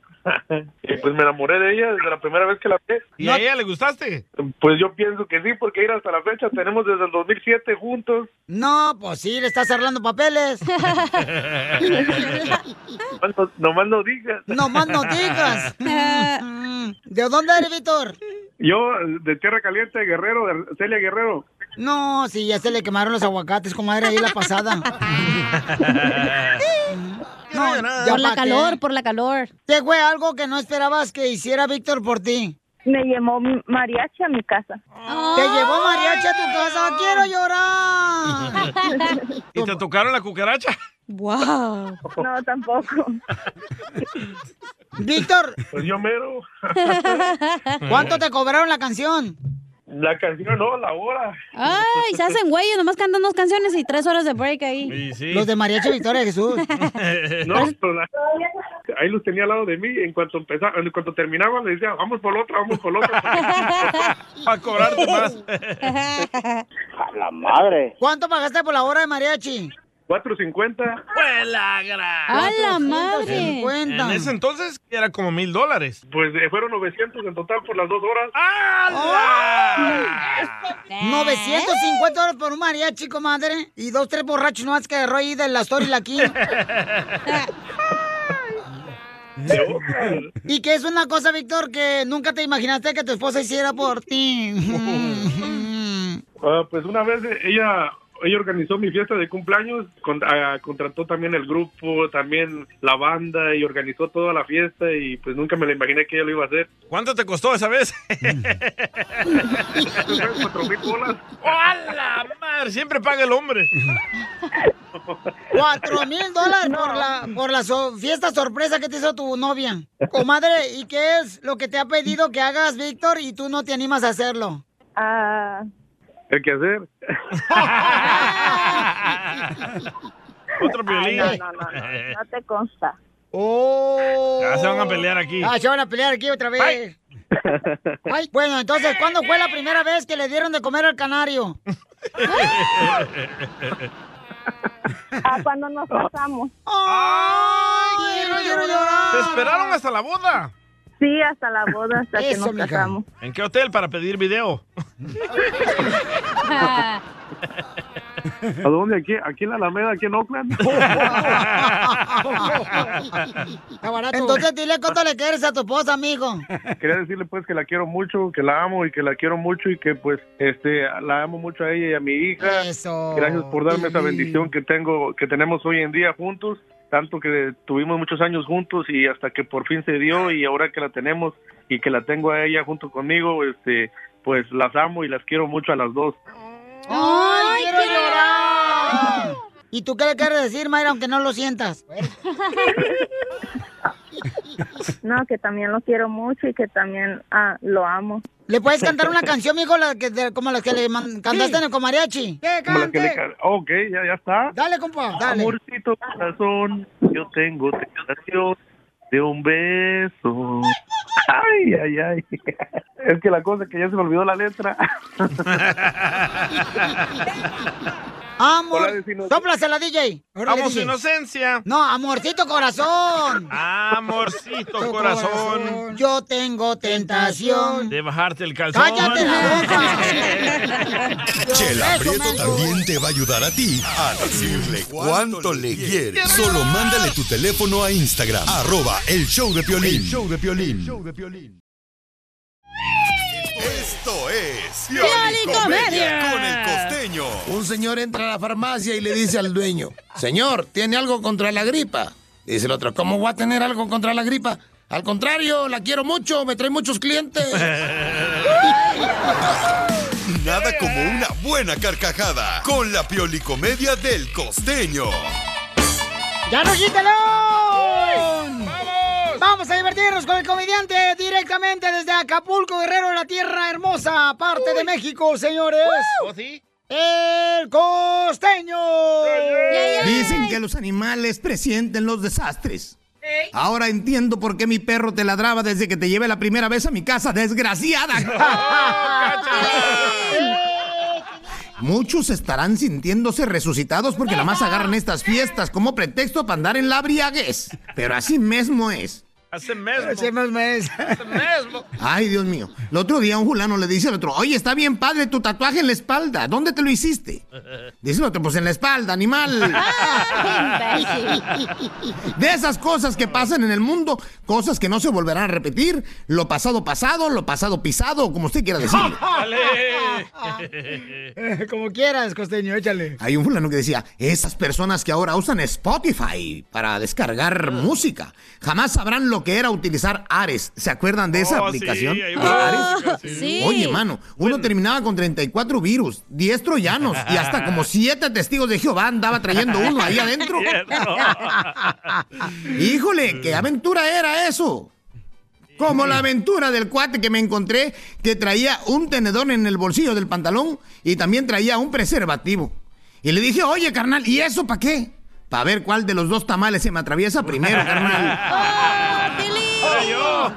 S23: y pues me enamoré de ella desde la primera vez que la vi.
S2: ¿Y a ella le gustaste?
S23: Pues yo pienso que sí, porque ir hasta la fecha tenemos desde el 2007 juntos.
S1: No, pues sí, le estás cerrando papeles.
S23: Nomás no- Nomás no digas.
S1: Nomás no digas. Mm, ¿De dónde eres, Víctor?
S23: Yo, de Tierra Caliente, Guerrero, de Celia Guerrero.
S1: No, sí, ya se le quemaron los aguacates, comadre, ahí la pasada. No, ya
S3: por la
S1: pa' qué.
S3: calor, por la calor.
S1: ¿Qué fue algo que no esperabas que hiciera Víctor por ti?
S11: Me llamó mariachi a mi casa.
S1: Te llevó mariachi a tu casa, quiero llorar.
S2: ¿Y te tocaron la cucaracha?
S11: Wow. No, tampoco.
S1: Víctor.
S23: Pues yo mero.
S1: ¿Cuánto te cobraron la canción?
S23: La canción, no, la hora.
S3: Ay, se hacen güeyes, nomás cantan dos canciones y tres horas de break ahí.
S1: Los de mariachi Victoria Jesús.
S23: No, pero la- ahí los tenía al lado de mí. En cuanto empezaba, en cuanto terminaba, le decía, vamos por otra, vamos por otra.
S2: Para cobrarte más.
S23: A la madre.
S1: ¿Cuánto pagaste por la hora de mariachi?
S23: 4.50.
S1: ¡A la madre!
S2: En ese entonces era como mil dólares. ¡Ah,
S23: Pues eh, fueron 900 en total por las dos horas.
S1: 950 dólares por un mariachi, comadre. Y dos, tres borrachos nomás que agarró ahí de la story la aquí. y que es una cosa, Víctor, que nunca te imaginaste que tu esposa hiciera por ti.
S23: Ah, pues una vez eh, ella ella organizó mi fiesta de cumpleaños, con- ah, contrató también el grupo, también la banda y organizó toda la fiesta y pues nunca me la imaginé que ella lo iba a hacer.
S2: ¿Cuánto te costó esa vez? ¡Hola, madre! Siempre paga el hombre.
S1: Cuatro mil dólares por la, por la so- fiesta sorpresa que te hizo tu novia. Comadre, ¿y qué es lo que te ha pedido que hagas, Víctor, y tú no te animas a hacerlo?
S11: Ah,
S23: ¿El que hacer?
S2: Otro violín.
S11: ay, no, no, no, no, no te consta.
S1: ¡Oh!
S2: Ya se van a pelear aquí.
S1: Ah, se van a pelear aquí otra vez. Ay, bueno, entonces, ¿cuándo fue la primera vez que le dieron de comer al canario?
S11: Ah, cuando nos casamos.
S1: ¡Ay, quiero, llorar!
S2: Te esperaron hasta la boda.
S11: Sí, hasta la boda, hasta
S1: Eh.
S11: que
S2: Eso,
S11: nos
S2: mija.
S11: casamos.
S2: ¿En qué hotel para pedir video?
S23: ¿A dónde? ¿Aquí, aquí en la Alameda, aquí en Oakland?
S1: Entonces, dile cuánto le quieres a tu esposa, amigo.
S23: Quería decirle pues que la quiero mucho, que la amo y que la quiero mucho y que pues este la amo mucho a ella y a mi hija. Gracias por darme esa bendición que tengo que tenemos hoy en día juntos, tanto que tuvimos muchos años juntos y hasta que por fin se dio y ahora que la tenemos y que la tengo a ella junto conmigo, este pues las amo y las quiero mucho a las dos.
S1: ¡Ay, quiero llorar! ¿Y tú qué le quieres decir, Mayra, aunque no lo sientas?
S11: No, que también lo quiero mucho y que también ah, lo amo.
S1: ¿Le puedes cantar una canción, mijo, la que- de- como las que le man- cantaste en el comariachi? ¡Que
S23: Como la que le ca- Ah, ok, ya, ya está.
S1: Dale, compa, dale.
S23: Amorcito corazón, yo tengo tentación de un beso. Ay, ay, ay. Es que la cosa es que ya se me olvidó la letra.
S1: Amor,
S23: Hola, vecino.
S1: sóplasela, DJ. Órale,
S2: Amo su
S1: DJ.
S2: inocencia.
S1: No, amorcito corazón.
S2: Amorcito corazón.
S1: Yo tengo tentación.
S2: De bajarte el calzón.
S1: ¡Cállate
S2: la
S8: Chela Prieto también te va a ayudar a ti a decirle cuánto le quieres. Solo mándale tu teléfono a Instagram, arroba el show de Piolín.
S7: El
S8: show de Piolín. Esto es Piolicomedia con el costeño.
S20: Un señor entra a la farmacia y le dice al dueño, señor, ¿tiene algo contra la gripa? Dice el otro, ¿cómo voy a tener algo contra la gripa? Al contrario, la quiero mucho, me trae muchos clientes.
S8: Nada como una buena carcajada con la Piolicomedia del costeño.
S1: ¡Ya no ¡Vamos! Vamos a divertirnos con el comediante directamente desde Acapulco, Guerrero, la tierra hermosa, parte de México, señores.
S2: ¿Oh, sí?
S1: El costeño.
S7: Dicen que los animales presienten los desastres. Ahora entiendo por qué mi perro te ladraba desde que te llevé la primera vez a mi casa, desgraciada. Muchos estarán sintiéndose resucitados porque la más agarran estas fiestas como pretexto para andar en la briaguez. Pero así mismo es.
S2: Hace mesmo.
S1: Hace mes.
S2: Hace mesmo.
S7: Ay, Dios mío. El otro día un fulano le dice al otro, oye, está bien padre tu tatuaje en la espalda. ¿Dónde te lo hiciste? Dice el otro, pues en la espalda, animal. De esas cosas que pasan en el mundo, cosas que no se volverán a repetir, lo pasado pasado, lo pasado pisado, como usted quiera decir.
S1: Como quieras, costeño, échale.
S7: Hay un fulano que decía, esas personas que ahora usan Spotify para
S10: Ah.
S7: descargar música, jamás sabrán lo que era utilizar Ares. ¿Se acuerdan de esa
S10: Oh, sí,
S7: aplicación?
S10: hay
S7: ¿De
S10: una
S7: Ares?
S10: música, sí. Sí.
S7: Oye, mano, uno terminaba con 34 virus, 10 troyanos y hasta como 7 testigos de Jehová andaba trayendo uno ahí adentro. Híjole, qué aventura era eso. Como la aventura del cuate que me encontré que traía un tenedor en el bolsillo del pantalón y también traía un preservativo. Y le dije, oye, carnal, ¿y eso para qué? Para ver cuál de los dos tamales se me atraviesa primero, carnal.
S2: Era yo.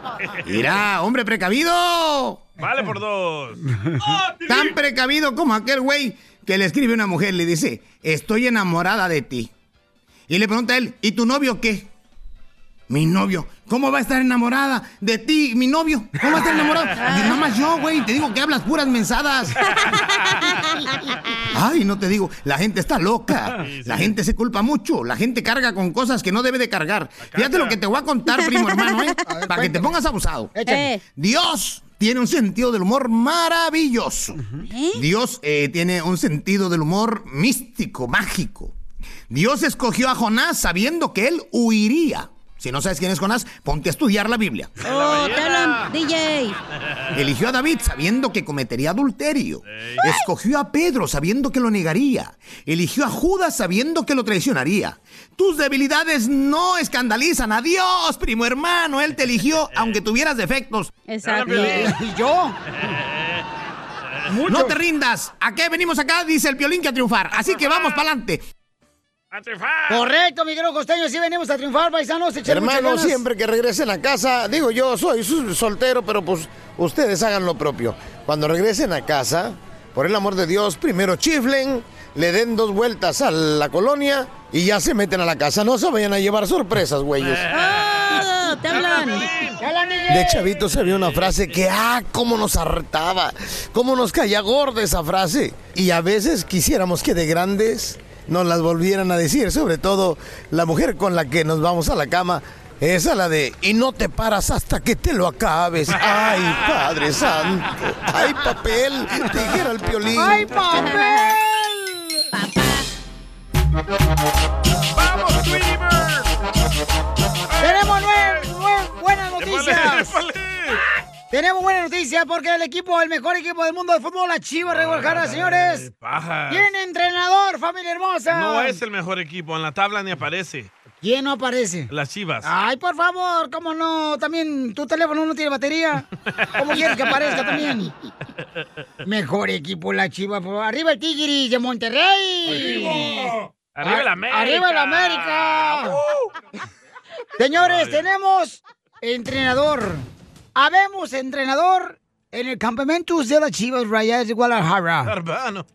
S7: Mirá, hombre precavido.
S2: Vale por dos.
S7: Tan precavido como aquel güey que le escribe a una mujer, le dice, estoy enamorada de ti. Y le pregunta a él, ¿y tu novio qué? Mi novio, ¿cómo va a estar enamorada de ti, mi novio? ¿Cómo va a estar enamorada? Y nada más yo, güey, te digo que hablas puras mensadas. Ay, no te digo, la gente está loca. La gente se culpa mucho. La gente carga con cosas que no debe de cargar. Fíjate lo que te voy a contar, primo hermano, ¿eh? Para que te pongas abusado.
S10: Échale.
S7: Dios tiene un sentido del humor maravilloso. Dios eh, tiene un sentido del humor místico, mágico. Dios escogió a Jonás sabiendo que él huiría. Si no sabes quién es Jonás, ponte a estudiar la Biblia.
S3: ¡Oh, te hablan, DJ!
S7: Eligió a David sabiendo que cometería adulterio. Escogió a Pedro sabiendo que lo negaría. Eligió a Judas sabiendo que lo traicionaría. Tus debilidades no escandalizan a Dios, primo hermano. Él te eligió aunque tuvieras defectos.
S3: Exacto.
S7: Y yo. No te rindas. ¿A qué venimos acá? Dice el violín que a triunfar. Así que vamos para adelante.
S1: Correcto, mi querido costeño, sí venimos a triunfar, paisanos. echar muchas
S20: Hermano,
S1: ganas.
S20: siempre que regresen a casa, digo yo soy su- soltero, pero pues ustedes hagan lo propio. Cuando regresen a casa, por el amor de Dios, primero chiflen, le den dos vueltas a la colonia y ya se meten a la casa. No se vayan a llevar sorpresas, güeyes.
S3: ¡Oh, te hablan!
S1: ¡Te hablan,
S20: De chavitos había una frase que, ah, cómo nos hartaba, cómo nos caía gorda esa frase. Y a veces quisiéramos que de grandes nos las volvieran a decir, sobre todo la mujer con la que nos vamos a la cama. Esa la de, y no te paras hasta que te lo acabes. Ay, Padre Santo. Ay, papel. Dijera el piolín.
S10: ¡Ay, papel!
S2: ¡Vamos, Tweety Bird!
S1: Tenemos nue- nue- buenas noticias.
S2: Épale,
S1: Tenemos buenas noticias porque el equipo, el mejor equipo del mundo de fútbol, la Chivas de Guadalajara, señores.
S2: Pajas.
S1: Tiene entrenador, familia hermosa.
S2: No es el mejor equipo, en la tabla ni aparece.
S1: ¿Quién no aparece?
S2: Las Chivas.
S1: Ay, por favor, cómo no. También tu teléfono no tiene batería. ¿Cómo quieres que aparezca también? Mejor equipo, la Chivas. por- Arriba el Tigris de Monterrey.
S2: Arriba. Arriba el
S1: A-
S2: América.
S1: Arriba el América. Señores, tenemos entrenador. Habemos entrenador en el campamento de las Chivas Rayas de Guadalajara.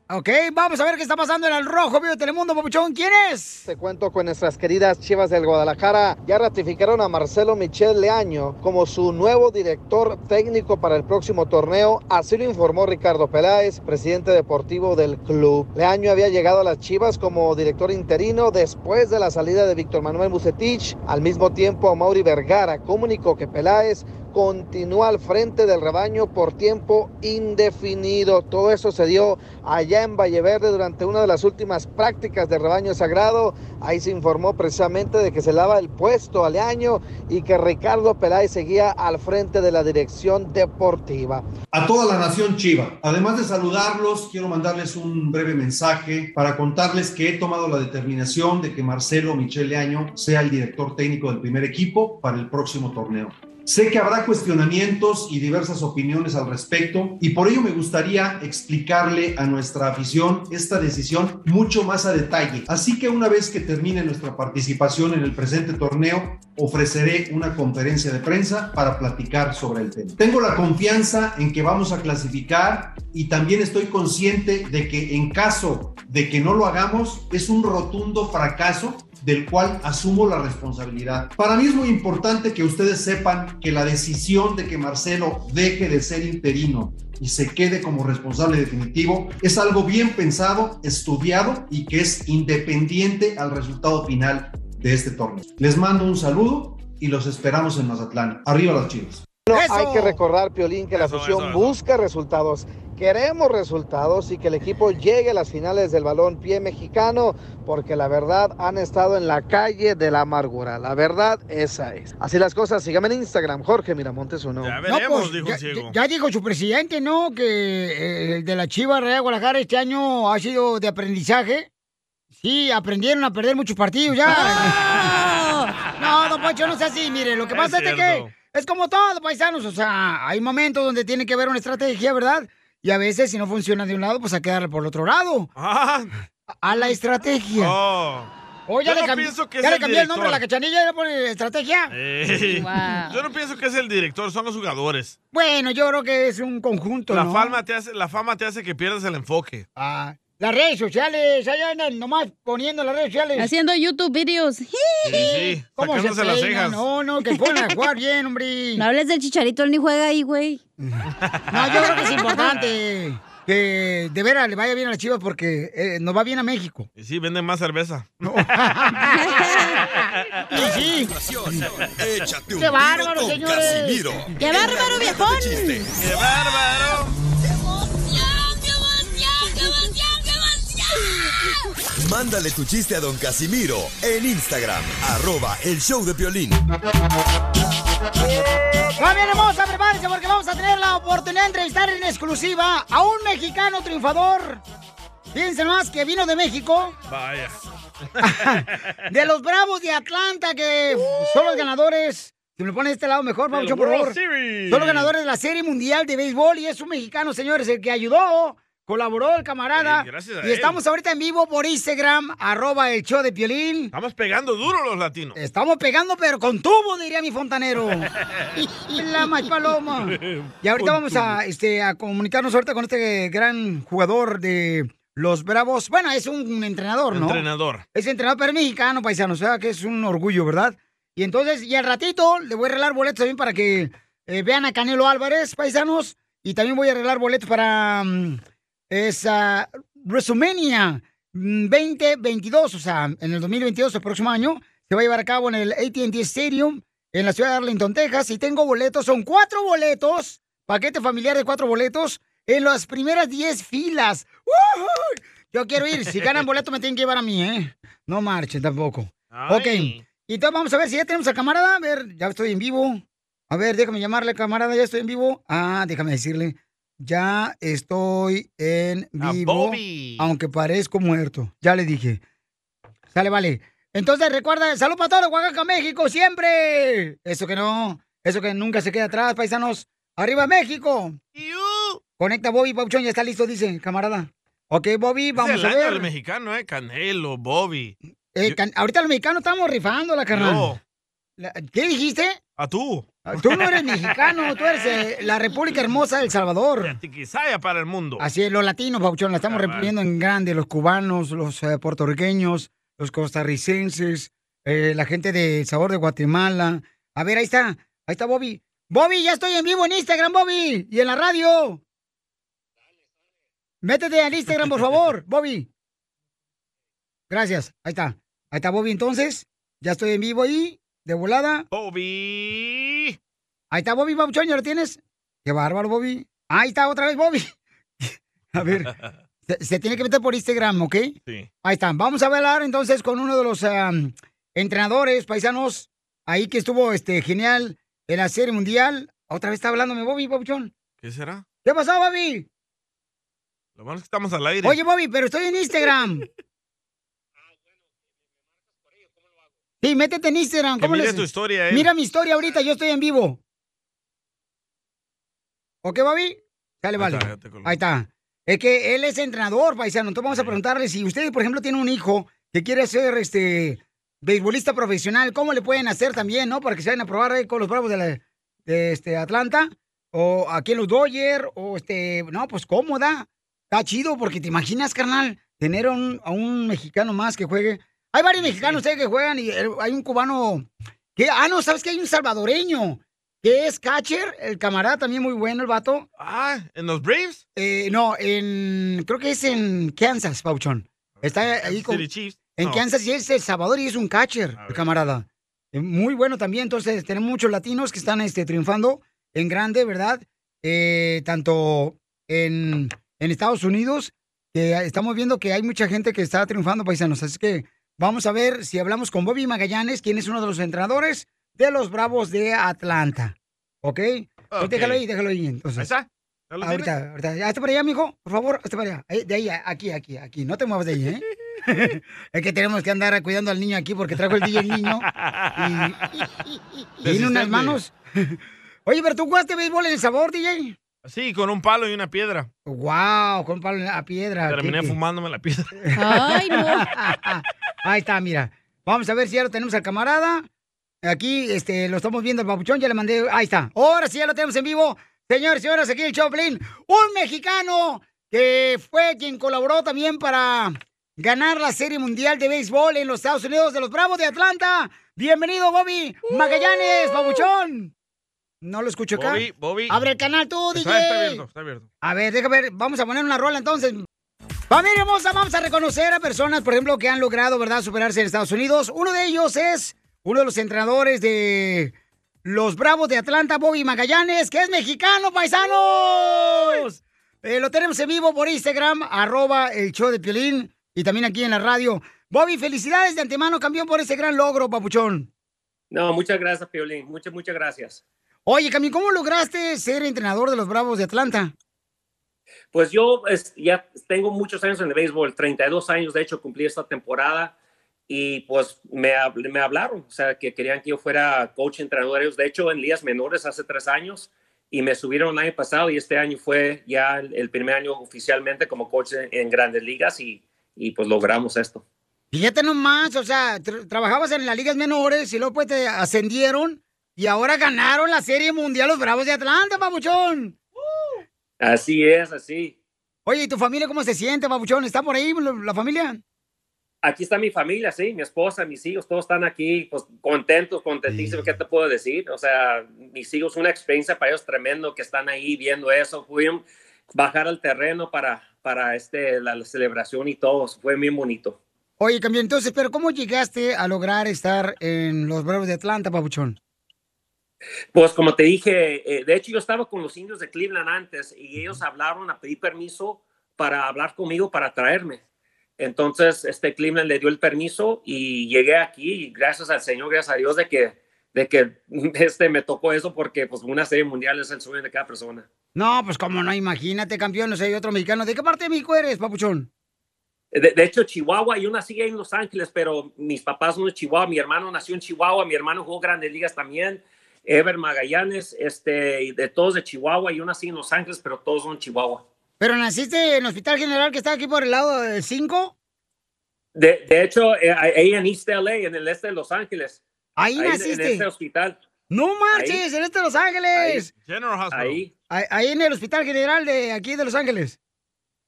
S1: Ok, vamos a ver qué está pasando en el rojo, vivo de Telemundo, papuchón. ¿Quién es?
S4: Te cuento con nuestras queridas Chivas del Guadalajara. Ya ratificaron a Marcelo Michel Leaño como su nuevo director técnico para el próximo torneo. Así lo informó Ricardo Peláez, presidente deportivo del club. Leaño había llegado a las Chivas como director interino después de la salida de Víctor Manuel Bucetich. Al mismo tiempo, Mauri Vergara comunicó que Peláez continúa al frente del rebaño por tiempo indefinido. Todo eso se dio allá en Valleverde durante una de las últimas prácticas del rebaño sagrado. Ahí se informó precisamente de que se lava el puesto al año y que Ricardo Peláez seguía al frente de la dirección deportiva.
S5: A toda la nación Chiva, además de saludarlos, quiero mandarles un breve mensaje para contarles que he tomado la determinación de que Marcelo Michele Año sea el director técnico del primer equipo para el próximo torneo. Sé que habrá cuestionamientos y diversas opiniones al respecto y por ello me gustaría explicarle a nuestra afición esta decisión mucho más a detalle. Así que una vez que termine nuestra participación en el presente torneo, ofreceré una conferencia de prensa para platicar sobre el tema. Tengo la confianza en que vamos a clasificar y también estoy consciente de que en caso de que no lo hagamos es un rotundo fracaso del cual asumo la responsabilidad. Para mí es muy importante que ustedes sepan que la decisión de que Marcelo deje de ser interino y se quede como responsable definitivo es algo bien pensado, estudiado y que es independiente al resultado final de este torneo. Les mando un saludo y los esperamos en Mazatlán. Arriba los chivos.
S4: Bueno, hay que recordar, Piolín, que la afición busca resultados. Queremos resultados y que el equipo llegue a las finales del balón pie mexicano, porque la verdad han estado en la calle de la amargura. La verdad, esa es. Así las cosas, síganme en Instagram, Jorge Miramontes uno.
S1: No, pues, ya, ya- ya dijo su presidente, ¿no? Que eh, el de la Chivas Real Guadalajara este año ha sido de aprendizaje. Sí, aprendieron a perder muchos partidos ya. no, don Poncho, no sé así. Mire, lo que
S10: Es
S1: pasa es, de
S10: cierto.
S1: que es como todo, paisanos. O sea, hay momentos donde tiene que haber una estrategia, ¿verdad? Y a veces, si no funciona de un lado, pues hay que darle por el otro lado. A la estrategia. O ya
S2: Ah. Oh. Yo
S1: le,
S2: no
S1: cambi-
S2: pienso que es
S1: ya le
S2: el
S1: cambié el nombre a la
S2: director.
S1: cachanilla, era por estrategia.
S2: Ey.
S1: Wow.
S2: Eh, Yo no pienso que es el director, son los jugadores.
S1: Bueno, yo creo que es un conjunto,
S2: La,
S1: ¿no?
S2: fama te hace, la fama te hace que pierdas el enfoque.
S1: Ah, las redes sociales, allá andan nomás poniendo las redes sociales.
S3: Haciendo YouTube videos.
S2: sí,
S1: ¿Cómo se
S2: sacándose las
S1: peinan?
S2: cejas.
S1: No, no, que ponen a jugar bien, hombre.
S3: No hables del chicharito, él ni juega ahí, güey.
S1: No, yo creo que es importante. que de veras le vaya bien a las chivas porque eh, nos va bien a México.
S2: Y sí, venden más cerveza.
S1: sí.
S8: Échate un
S10: ¡Qué
S8: tiro
S10: bárbaro,
S8: con
S10: señores!
S8: Casimiro.
S10: ¡Qué bárbaro, viejón!
S8: ¡Qué
S2: bárbaro!
S8: Mándale tu chiste a don Casimiro en Instagram, arroba el show de violín.
S1: Familia hermosa, prepárense porque vamos a tener la oportunidad de entrevistar en exclusiva a un mexicano triunfador. Fíjense más que vino de México,
S2: Vaya.
S1: de los Bravos de Atlanta, que son los ganadores. Si me lo pones de este lado mejor,
S2: De la
S1: vamos, por
S2: World
S1: favor.
S2: Series.
S1: Son los ganadores de la Serie Mundial de Béisbol y es un mexicano, señores, el que ayudó, colaboró el camarada.
S2: Sí, gracias a
S1: y
S2: él.
S1: estamos ahorita en vivo por Instagram, arroba el show de Piolín.
S2: Estamos pegando duro los latinos.
S1: Estamos pegando, pero con tubo, diría mi fontanero. La más paloma. Y ahorita
S2: Con
S1: vamos
S2: tubo.
S1: a, este, a comunicarnos ahorita con este gran jugador de los Bravos. Bueno, es un entrenador, ¿no?
S2: Entrenador.
S1: Es entrenador, pero es mexicano, paisano. O sea, que es un orgullo, ¿verdad? Y entonces, y al ratito le voy a arreglar boletos también para que eh, vean a Canelo Álvarez, paisanos. Y también voy a arreglar boletos para mm, esa WrestleMania mm, 2022. O sea, en el 2022, el próximo año, se va a llevar a cabo en el AT&T Stadium en la ciudad de Arlington, Texas. Y tengo boletos, son cuatro boletos, paquete familiar de cuatro boletos, en las primeras 10 filas. ¡Woohoo! Yo quiero ir. Si ganan boleto, me tienen que llevar a mí, ¿eh? No marchen tampoco.
S10: Ay.
S1: Ok. Y entonces vamos a ver si ya tenemos al camarada. A ver, ya estoy en vivo. A ver, déjame llamarle, camarada. Ya estoy en vivo. Ah, déjame decirle. Ya estoy en
S10: A
S1: vivo.
S10: Bobby.
S1: Aunque parezco muerto. Ya le dije. Sale, vale. Entonces recuerda, salud para todos, Oaxaca, México, siempre. Eso que no, eso que nunca se queda atrás, paisanos. Arriba México.
S2: uh.
S1: Conecta Bobby Pauchón, ya está listo, dice, camarada. Ok, Bobby,
S2: es
S1: vamos
S2: el
S1: a
S2: año
S1: ver.
S2: del mexicano, ¿eh? Canelo, Bobby.
S1: Eh, can- ahorita los mexicanos estamos rifando la Ah, carnal.
S2: No.
S1: La- ¿Qué dijiste?
S2: A tú.
S1: Tú no eres mexicano, tú eres eh, la República Hermosa del Salvador.
S2: Tiquisaya para el mundo.
S1: Así es, los latinos, Pauchón, la estamos reprimiendo en grande, los cubanos, los eh, puertorriqueños, los costarricenses, eh, la gente de El Salvador de Guatemala. A ver, ahí está, ahí está Bobby. Bobby, ya estoy en vivo en Instagram, Bobby, y en la radio. Métete al Instagram, por favor, Bobby. Gracias, ahí está. Ahí está Bobby, entonces. Ya estoy en vivo ahí, de volada.
S2: Bobby.
S1: Ahí está Bobby, Pauchón, ¿ya lo tienes? Qué bárbaro, Bobby. Ahí está otra vez Bobby. A ver, se, se tiene que meter por Instagram, ¿ok?
S2: Sí.
S1: Ahí están. Vamos a hablar entonces con uno de los am, entrenadores paisanos ahí que estuvo este genial en la Serie Mundial. Otra vez está hablándome Bobby, Bobchón.
S2: ¿Qué será?
S1: ¿Qué pasó, Bobby?
S2: Lo bueno es que estamos al aire.
S1: Oye, Bobby, pero estoy en Instagram. Sí, métete en Instagram.
S2: Que
S1: ¿Cómo
S2: mire
S1: les-
S2: tu historia, eh.
S1: Mira mi historia ahorita, yo estoy en vivo. ¿Ok, Bobby? Dale, vale.
S2: está, ya te colgué.
S1: Ahí está. Es que él es entrenador, paisano. Entonces vamos a preguntarle si ustedes, por ejemplo, tienen un hijo que quiere ser este beisbolista profesional, ¿cómo le pueden hacer también, no? Para que se vayan a probar ahí con los bravos de, la- de, este, Atlanta, o aquí en los Dodgers, o este, no, pues cómoda. Está chido, porque te imaginas, carnal, tener a un, a un mexicano más que juegue. Hay varios mexicanos eh, que juegan y eh, hay un cubano que, ah, no, sabes que hay un salvadoreño que es catcher, el camarada también muy bueno, el vato.
S2: Ah, ¿en los Braves?
S1: Eh, no, en. Creo que es en Kansas, Pauchón. Está ahí con.
S2: City Chiefs.
S1: En
S2: No.
S1: Kansas y es El Salvador y es un catcher, el camarada. Eh, Muy bueno también. Entonces, tenemos muchos latinos que están este, triunfando en grande, ¿verdad? Eh, tanto en, en Estados Unidos, que estamos viendo que hay mucha gente que está triunfando, paisanos. Así que vamos a ver si hablamos con Bobby Magallanes, quien es uno de los entrenadores de los Bravos de Atlanta. ¿Ok? Pues
S2: Ok.
S1: déjalo ahí, déjalo ahí. Entonces.
S2: Ahí está. ¿Ya lo
S1: Ahorita,
S2: tienes?
S1: ahorita. Ya, Hazte para allá, mijo. Por favor, hazte para allá. Ahí, De ahí, aquí, aquí, aquí. No te muevas de ahí, ¿eh? es que tenemos que andar cuidando al niño aquí porque trajo el DJ el niño. Y tiene unas
S2: Resistente.
S1: manos. Oye, pero tú jugaste béisbol en El Salvador, DJ.
S2: Sí, con un palo y una piedra.
S1: Wow, con palo en la piedra.
S2: Terminé
S1: ¿Qué- qué?
S2: fumándome la piedra.
S1: Ay, no. Ahí está, mira. Vamos a ver si ya lo tenemos al camarada. Aquí este, lo estamos viendo al papuchón, ya le mandé. Ahí está. Ahora sí ya lo tenemos en vivo. Señores, señoras, aquí el Choplin. Un mexicano que fue quien colaboró también para ganar la Serie Mundial de Béisbol en los Estados Unidos de los Bravos de Atlanta. Bienvenido, Bobby Magallanes, papuchón. No lo escucho acá.
S2: Uh. Bobby, Bobby.
S1: Abre el canal tú,
S2: Está,
S1: DJ.
S2: está abierto, está abierto.
S1: A ver, déjame ver, vamos a poner una rola entonces. Familia hermosa, vamos a reconocer a personas, por ejemplo, que han logrado, ¿verdad?, superarse en Estados Unidos. Uno de ellos es uno de los entrenadores de los Bravos de Atlanta, Bobby Magallanes, que es mexicano, paisanos. Eh, lo tenemos en vivo por Instagram, arroba el show de Piolín, y también aquí en la radio. Bobby, felicidades de antemano, campeón, por ese gran logro, papuchón.
S24: No, muchas gracias, Piolín. Muchas, muchas gracias.
S1: Oye, Cami, ¿cómo lograste ser entrenador de los Bravos de Atlanta?
S24: Pues yo es- ya tengo muchos años en el béisbol, 32 años de hecho cumplí esta temporada y pues me, habl- me hablaron, o sea, que querían que yo fuera coach entrenador. Ellos, de hecho, en ligas menores hace tres años y me subieron el año pasado y este año fue ya el, el primer año oficialmente como coach en, en grandes ligas y, y pues logramos esto.
S1: Fíjate nomás, o sea, tr- trabajabas en las ligas menores y luego pues te ascendieron y ahora ganaron la Serie Mundial los Bravos de Atlanta, papuchón.
S24: Así es, así.
S1: Oye, ¿y tu familia cómo se siente, papuchón? ¿Está por ahí lo- la familia?
S24: Aquí está mi familia, sí, mi esposa, mis hijos, todos están aquí, pues contentos, contentísimos, ¿qué te puedo decir? O sea, mis hijos, una experiencia para ellos tremendo que están ahí viendo eso, pudieron bajar al terreno para, para este, la celebración y todo, fue bien bonito.
S1: Oye, Cami, entonces, pero ¿cómo llegaste a lograr estar en los Bravos de Atlanta, papuchón?
S24: Pues como te dije, eh, de hecho yo estaba con los indios de Cleveland antes y ellos hablaron a pedir permiso para hablar conmigo, para traerme. Entonces, este Cleveland le dio el permiso y llegué aquí y gracias al Señor, gracias a Dios de que, de que este, me tocó eso porque pues una serie mundial es el sueño de cada persona.
S1: No, pues cómo no, imagínate, campeón, no sé, hay otro mexicano. ¿De qué parte de México eres, papuchón?
S24: De, de hecho, Chihuahua, yo nací ahí en Los Ángeles, pero mis papás son de Chihuahua, mi hermano nació en Chihuahua, mi hermano jugó grandes ligas también, Ever Magallanes, este, y de todos de Chihuahua, yo nací en Los Ángeles, pero todos son de Chihuahua.
S1: ¿Pero naciste en el Hospital General que está aquí por el lado del 5?
S24: De, de hecho, eh, ahí en East LA, en el este de Los Ángeles.
S1: Ahí
S24: en-
S1: naciste.
S24: En este hospital.
S1: ¡No marches! ¡En este de Los Ángeles!
S24: General Hospital. Ahí,
S1: Ahí- ahí en el Hospital General de aquí de Los Ángeles.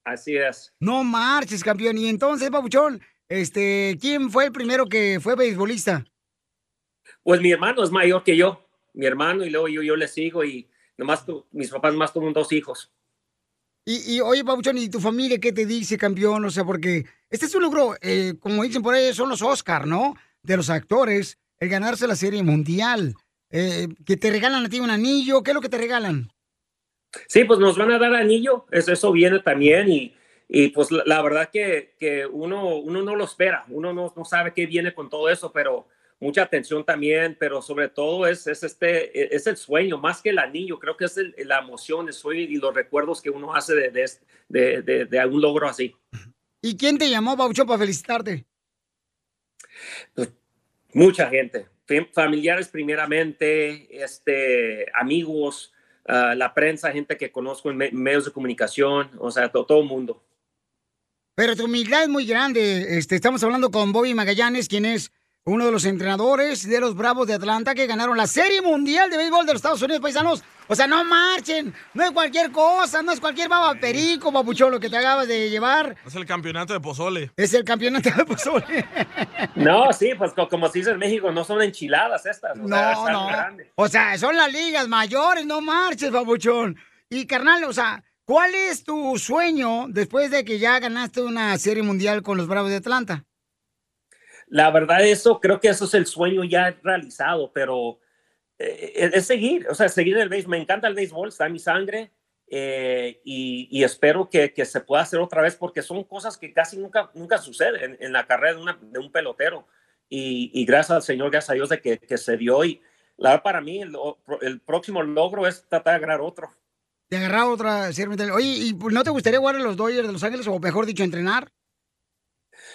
S24: así es.
S1: No marches, campeón. Y entonces, Papuchón, este, ¿quién fue el primero que fue beisbolista?
S24: Pues mi hermano es mayor que yo, mi hermano, y luego yo, yo le sigo, y nomás tu- mis papás más tuvieron dos hijos.
S1: Y, y, oye, Papuchón, ¿y tu familia qué te dice, campeón? O sea, porque este es un logro, eh, como dicen por ahí, son los Oscar, ¿no? De los actores, el ganarse la serie mundial. eh, que te regalan a ti un anillo, ¿qué es lo que te regalan?
S24: Sí, pues nos van a dar anillo, eso, eso viene también y, y pues la, la verdad que, que uno, uno no lo espera, uno no, no sabe qué viene con todo eso, pero mucha atención también, pero sobre todo es, es, este, es el sueño, más que el anillo, creo que es el- la emoción, el sueño y los recuerdos que uno hace de, de, este- de, de, de algún logro así.
S1: ¿Y quién te llamó, Papuchón, para felicitarte?
S24: Mucha gente, fam- familiares primeramente, este, amigos, ah, la prensa, gente que conozco en me- medios de comunicación, o sea, to- todo el mundo.
S1: Pero tu humildad es muy grande. Este, estamos hablando con Bobby Magallanes, quien es uno de los entrenadores de los Bravos de Atlanta que ganaron la Serie Mundial de Béisbol de los Estados Unidos, paisanos. O sea, no marchen. No es cualquier cosa, no es cualquier baba perico, papuchón, lo que te acabas de llevar.
S2: Es el campeonato de pozole.
S1: Es el campeonato de pozole.
S24: No, sí, pues co- como se dice en México, no son enchiladas estas. o sea,
S1: No,
S24: están
S1: no.
S24: grandes.
S1: O sea, son las ligas mayores, no marches, babuchón. Y carnal, o sea, ¿cuál es tu sueño después de que ya ganaste una serie mundial con los Bravos de Atlanta?
S24: La verdad, eso creo que eso es el sueño ya realizado, pero eh, es, es seguir, o sea, seguir en el béisbol. Me encanta el béisbol, está en mi sangre eh, y, y espero que, que se pueda hacer otra vez porque son cosas que casi nunca, nunca suceden en, en la carrera de, una- de un pelotero. Y, y gracias al Señor, gracias a Dios de que, que se dio. Y la verdad, para mí, el, el próximo logro es tratar de ganar otro.
S1: De agarrar otra serie mundial. Oye, ¿y no te gustaría jugar en los Dodgers de Los Ángeles o mejor dicho, entrenar?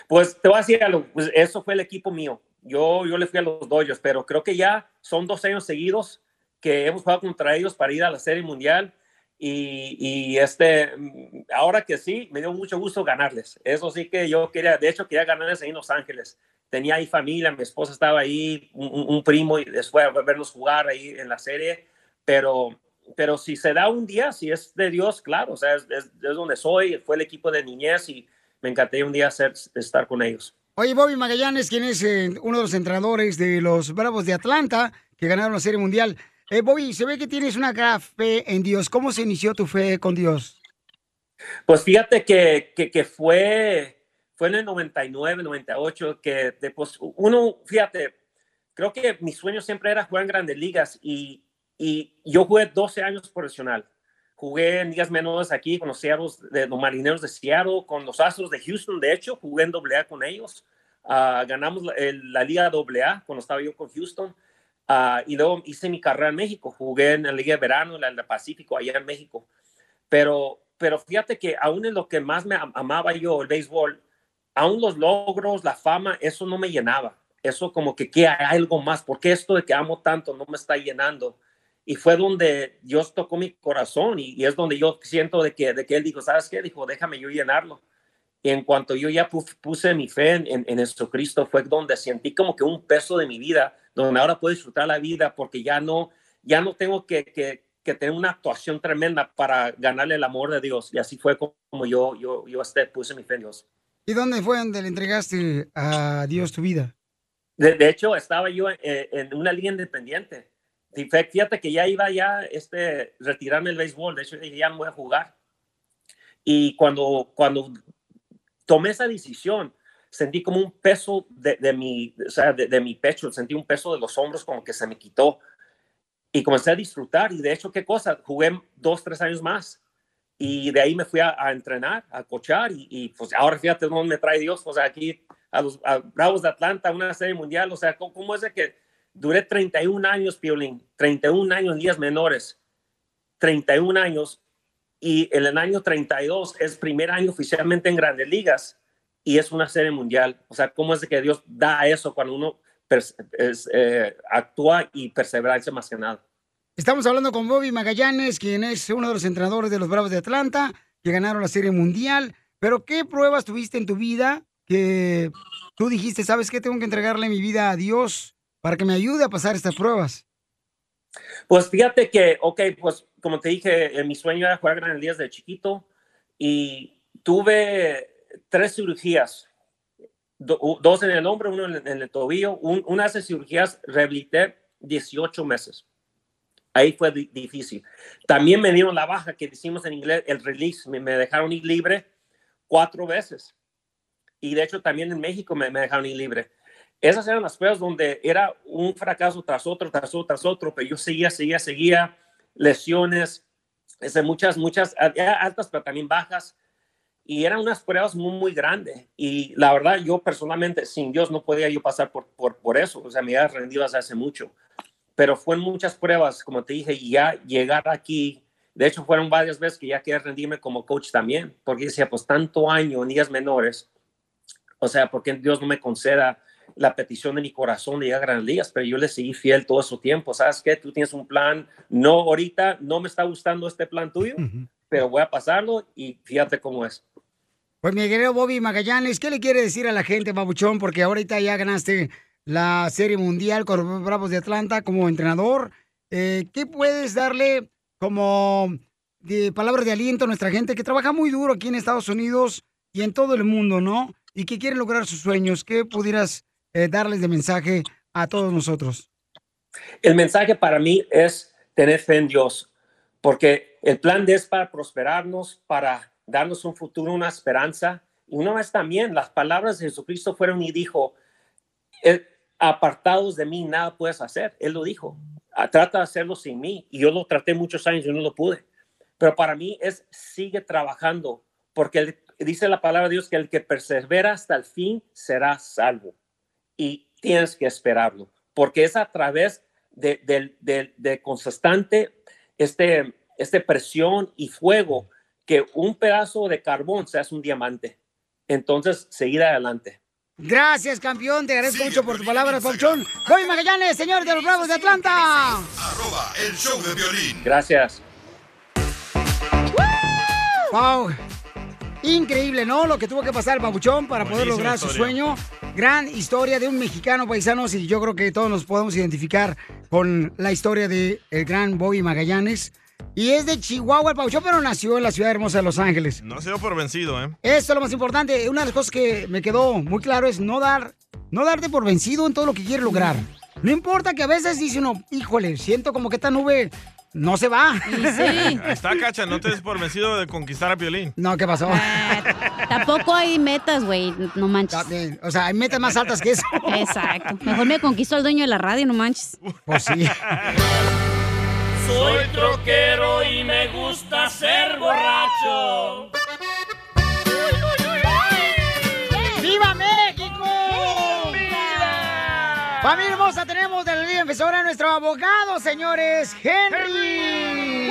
S24: Pues te voy a decir algo, pues, eso fue el equipo mío. Yo, yo le fui a los Dodgers, pero creo que ya son dos años seguidos que hemos jugado contra ellos para ir a la Serie Mundial. Y, y, este, mm, ahora que sí, me dio mucho gusto ganarles. Eso sí que yo quería, de hecho, quería ganarles ahí en Los Ángeles. Tenía ahí familia, mi esposa estaba ahí, un, un- un primo, y después a vernos jugar ahí en la serie. Pero, pero si se da un día, si es de Dios, claro, o sea, es, es- es donde soy, fue el equipo de niñez y me encantaría un día hacer, estar con ellos.
S1: Oye, Bobby Magallanes, quien es eh, uno de los entrenadores de los Bravos de Atlanta que ganaron la serie mundial. Eh, Bobby, se ve que tienes una gran fe en Dios. ¿Cómo se inició tu fe con Dios?
S24: Pues fíjate que, que, que fue, fue en el 99, 98, que de, pues, uno, fíjate, creo que mi sueño siempre era jugar en grandes ligas y, y yo jugué 12 años profesional. Jugué en ligas menores aquí con los, Seattle's de, los marineros de Seattle, con los Astros de Houston, de hecho, jugué en AA con ellos. Ah, ganamos la, el- la Liga AA cuando estaba yo con Houston. Ah, y luego hice mi carrera en México. Jugué en la Liga de Verano, en la del Pacífico, allá en México. Pero, pero fíjate que aún en lo que más me am- amaba yo, el béisbol, aún los logros, la fama, eso no me llenaba. Eso como que, que hay algo más, porque esto de que amo tanto no me está llenando. Y fue donde Dios tocó mi corazón y, y es donde yo siento de que, de que Él dijo, ¿sabes qué? Dijo, déjame yo llenarlo. Y en cuanto yo ya pu- puse mi fe en, en, en Jesucristo, fue donde sentí como que un peso de mi vida, donde ahora puedo disfrutar la vida porque ya no, ya no tengo que, que, que tener una actuación tremenda para ganarle el amor de Dios. Y así fue como, como yo, yo, yo este, puse mi fe en Dios.
S1: ¿Y dónde fue donde le entregaste a Dios tu vida?
S24: De, de hecho, estaba yo eh, en una liga independiente. Y fe- Fíjate que ya iba ya este, retirarme del béisbol. De hecho, dije, ya no voy a jugar. Y cuando, cuando tomé esa decisión, sentí como un peso de, de mi, o sea, de, de mi pecho, sentí un peso de los hombros como que se me quitó. Y comencé a disfrutar. Y de hecho, ¿qué cosa? Jugué dos, tres años más. Y de ahí me fui a, a entrenar, a cochar. Y, y, pues ahora fíjate dónde me trae Dios. O sea, aquí a los a Bravos de Atlanta, una serie mundial. O sea, ¿cómo, cómo es de que duré 31 años, Piolín? 31 años en días menores. 31 años y en el año 32 es primer año oficialmente en Grandes Ligas y es una serie mundial. O sea, ¿cómo es de que Dios da eso cuando uno pers- es, eh, actúa y perseverancia más que nada?
S1: Estamos hablando con Bobby Magallanes, quien es uno de los entrenadores de los Bravos de Atlanta, que ganaron la Serie Mundial. Pero ¿qué pruebas tuviste en tu vida que tú dijiste, sabes qué, tengo que entregarle mi vida a Dios para que me ayude a pasar estas pruebas?
S24: Pues fíjate que, ok, pues como te dije, eh, mi sueño era jugar Grandes Ligas de chiquito y tuve tres cirugías, do- u- dos en el hombro, uno en, el- en el tobillo. Un- una de esas cirugías rehabilité 18 meses. Ahí fue di- difícil. También me dieron la baja que decimos en inglés, el release. Me, me dejaron ir libre cuatro veces. Y de hecho también en México me, me dejaron ir libre. Esas eran las pruebas donde era un fracaso tras otro, tras otro, tras otro, pero yo seguía, seguía, seguía, lesiones, este, muchas, muchas, había altas pero también bajas, y eran unas pruebas muy, muy grandes. Y la verdad, yo personalmente, sin Dios, no podía yo pasar por, por, por eso, o sea, me había rendido hace- hace mucho pero fueron muchas pruebas, como te dije, y ya llegar aquí, de hecho fueron varias veces que ya quería rendirme como coach también, porque decía, pues tanto año en ligas menores, o sea, porque Dios no me conceda la petición de mi corazón de llegar a grandes ligas, pero yo le seguí fiel todo ese tiempo, ¿sabes qué? Tú tienes un plan, no ahorita, no me está gustando este plan tuyo, pero voy a pasarlo y fíjate cómo es.
S1: Pues mi querido Bobby Magallanes, ¿qué le quiere decir a la gente, babuchón? Porque ahorita ya ganaste la Serie Mundial con los Bravos de Atlanta como entrenador. Eh, ¿Qué puedes darle como de palabras de aliento a nuestra gente que trabaja muy duro aquí en Estados Unidos y en todo el mundo, ¿no? Y que quieren lograr sus sueños. ¿Qué pudieras eh, darles de mensaje a todos nosotros?
S24: El mensaje para mí es tener fe en Dios, porque el plan de es para prosperarnos, para darnos un futuro, una esperanza. Y una vez también, las palabras de Jesucristo fueron y dijo, "Eh, apartados de mí nada puedes hacer. Él lo dijo, "Ah, trata de hacerlo sin mí. Y yo lo traté muchos años, yo no lo pude. Pero para mí es, sigue trabajando, porque el- dice la palabra de Dios que el que persevera hasta el fin será salvo y tienes que esperarlo, porque es a través de, del- del- de constante este, este presión y fuego que un pedazo de carbón se hace un diamante. Entonces, seguir adelante.
S1: Gracias, campeón. Te agradezco mucho por tus palabras, babuchón. Bobby Magallanes, señor de los Bravos de Atlanta.
S8: Arroba el show de violín.
S24: Gracias.
S1: Wow. Increíble, ¿no? Lo que tuvo que pasar el babuchón para poder
S10: Buenísima
S1: lograr su
S10: historia.
S1: sueño. Gran historia de un mexicano paisanos y yo creo que todos nos podemos identificar con la historia de el gran Bobby Magallanes. Y es de Chihuahua el babuchón, pero nació en la ciudad hermosa de Los Ángeles.
S2: No se dio por vencido, ¿eh?
S1: Eso es lo más importante. Una de las cosas que me quedó muy claro es no dar, no darte por vencido en todo lo que quieres lograr. No importa que a veces dice uno, híjole, siento como que esta nube no se va.
S2: Ahí está, Cacha, no te des por vencido de conquistar a Piolín.
S1: No, ¿qué pasó?
S3: Tampoco hay metas, güey, no manches.
S1: O sea, hay metas más altas que eso.
S3: Exacto. Mejor me conquistó el dueño de la radio, no manches.
S1: Pues sí.
S10: Soy troquero y me gusta ser borracho.
S1: ¡Viva México! Familia hermosa, tenemos de la Liga Defensora a nuestro abogado, señores, Henry.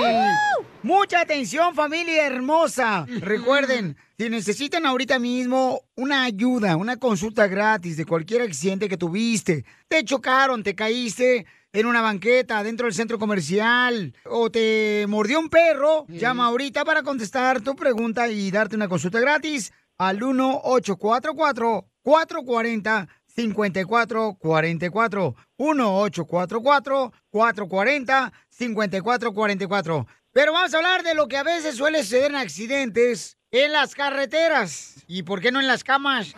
S1: Mucha atención, familia hermosa. Recuerden, si necesitan ahorita mismo una ayuda, una consulta gratis de cualquier accidente que tuviste, te chocaron, te caíste en una banqueta dentro del centro comercial o te mordió un perro, llama ahorita para contestar tu pregunta y darte una consulta gratis al 1844 440 5444 1844 440 5444 Pero vamos a hablar de lo que a veces suele suceder en accidentes en las carreteras. ¿Y por qué no en las camas?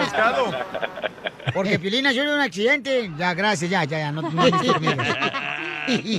S10: Pescado.
S1: Porque Pilina, yo en un accidente. Ya, gracias, ya, ya, ya. No, no estés conmigo.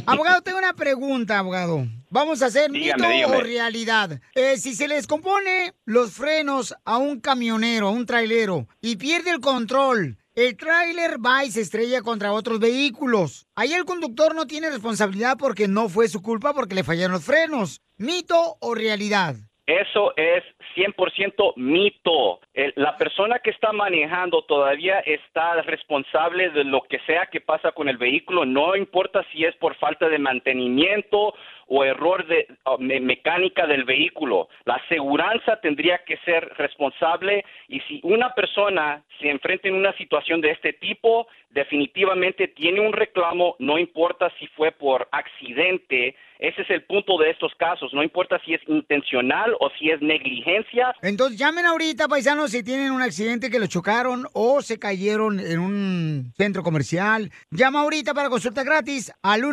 S1: abogado, tengo una pregunta, abogado. Vamos a hacer
S10: Dígame,
S1: mito
S10: dígame.
S1: o realidad. Eh, si se les compone los frenos a un camionero, a un trailero, y pierde el control, el tráiler va y se estrella contra otros vehículos. Ahí el conductor no tiene responsabilidad porque no fue su culpa porque le fallaron los frenos. ¿Mito o realidad?
S25: Eso es 100% mito. El- la persona que está manejando todavía está responsable de lo que sea que pasa con el vehículo, no importa si es por falta de mantenimiento o error de uh, me- mecánica del vehículo. La aseguranza tendría que ser responsable y si una persona se enfrenta en una situación de este tipo, definitivamente tiene un reclamo, no importa si fue por accidente. Ese es el punto de estos casos, no importa si es intencional o si es negligencia.
S1: Entonces llamen ahorita, paisanos, si tienen un accidente que los chocaron o se cayeron en un centro comercial. Llama ahorita para consulta gratis al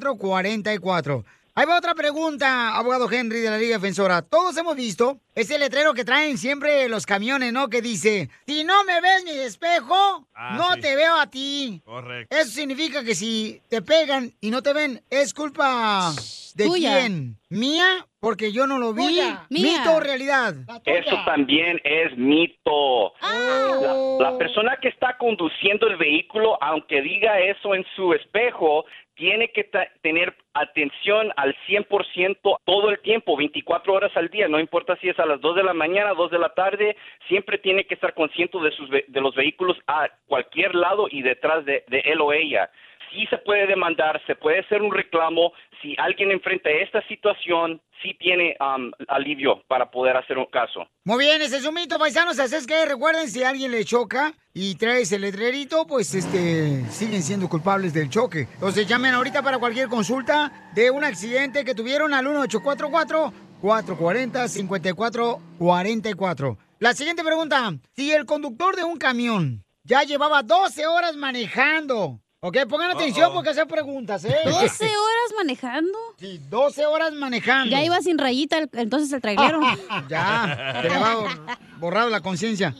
S1: 1-844-440-5444. Ahí va otra pregunta, abogado Henry de la Liga Defensora. Todos hemos visto ese letrero que traen siempre los camiones, ¿no? Que dice, si no me ves mi espejo,
S10: Ah,
S1: no
S10: sí.
S1: te veo a ti.
S10: Correcto.
S1: Eso significa que si te pegan y no te ven, es culpa de
S25: Tuya.
S1: quién? ¿Mía? Porque yo no lo vi.
S25: Tuya, mía.
S1: ¿Mito o realidad?
S25: Eso también es mito. La, la persona que está conduciendo el vehículo, aunque diga eso en su espejo, tiene que ta- tener atención al 100% todo el tiempo, 24 horas al día, no importa si es a las 2 de la mañana, 2 de la tarde, siempre tiene que estar consciente de, sus ve- de los vehículos a cualquier lado y detrás de- de él o ella sí se puede demandar, se puede hacer un reclamo. Si alguien enfrenta esta situación, sí tiene um, alivio para poder hacer un caso.
S1: Muy bien, ese es un mito, paisanos. Así es que recuerden, si alguien le choca y traes el letrerito, pues este siguen siendo culpables del choque. Entonces llamen ahorita para cualquier consulta de un accidente que tuvieron al 1844-440-5444. La siguiente pregunta. Si el conductor de un camión ya llevaba 12 horas manejando. Ok, pongan atención porque hacen preguntas, ¿eh?
S3: 12 horas manejando.
S1: Sí, 12 horas manejando.
S3: Ya iba sin rayita el- entonces el trailero.
S1: Ya, te va bor- borrado la conciencia.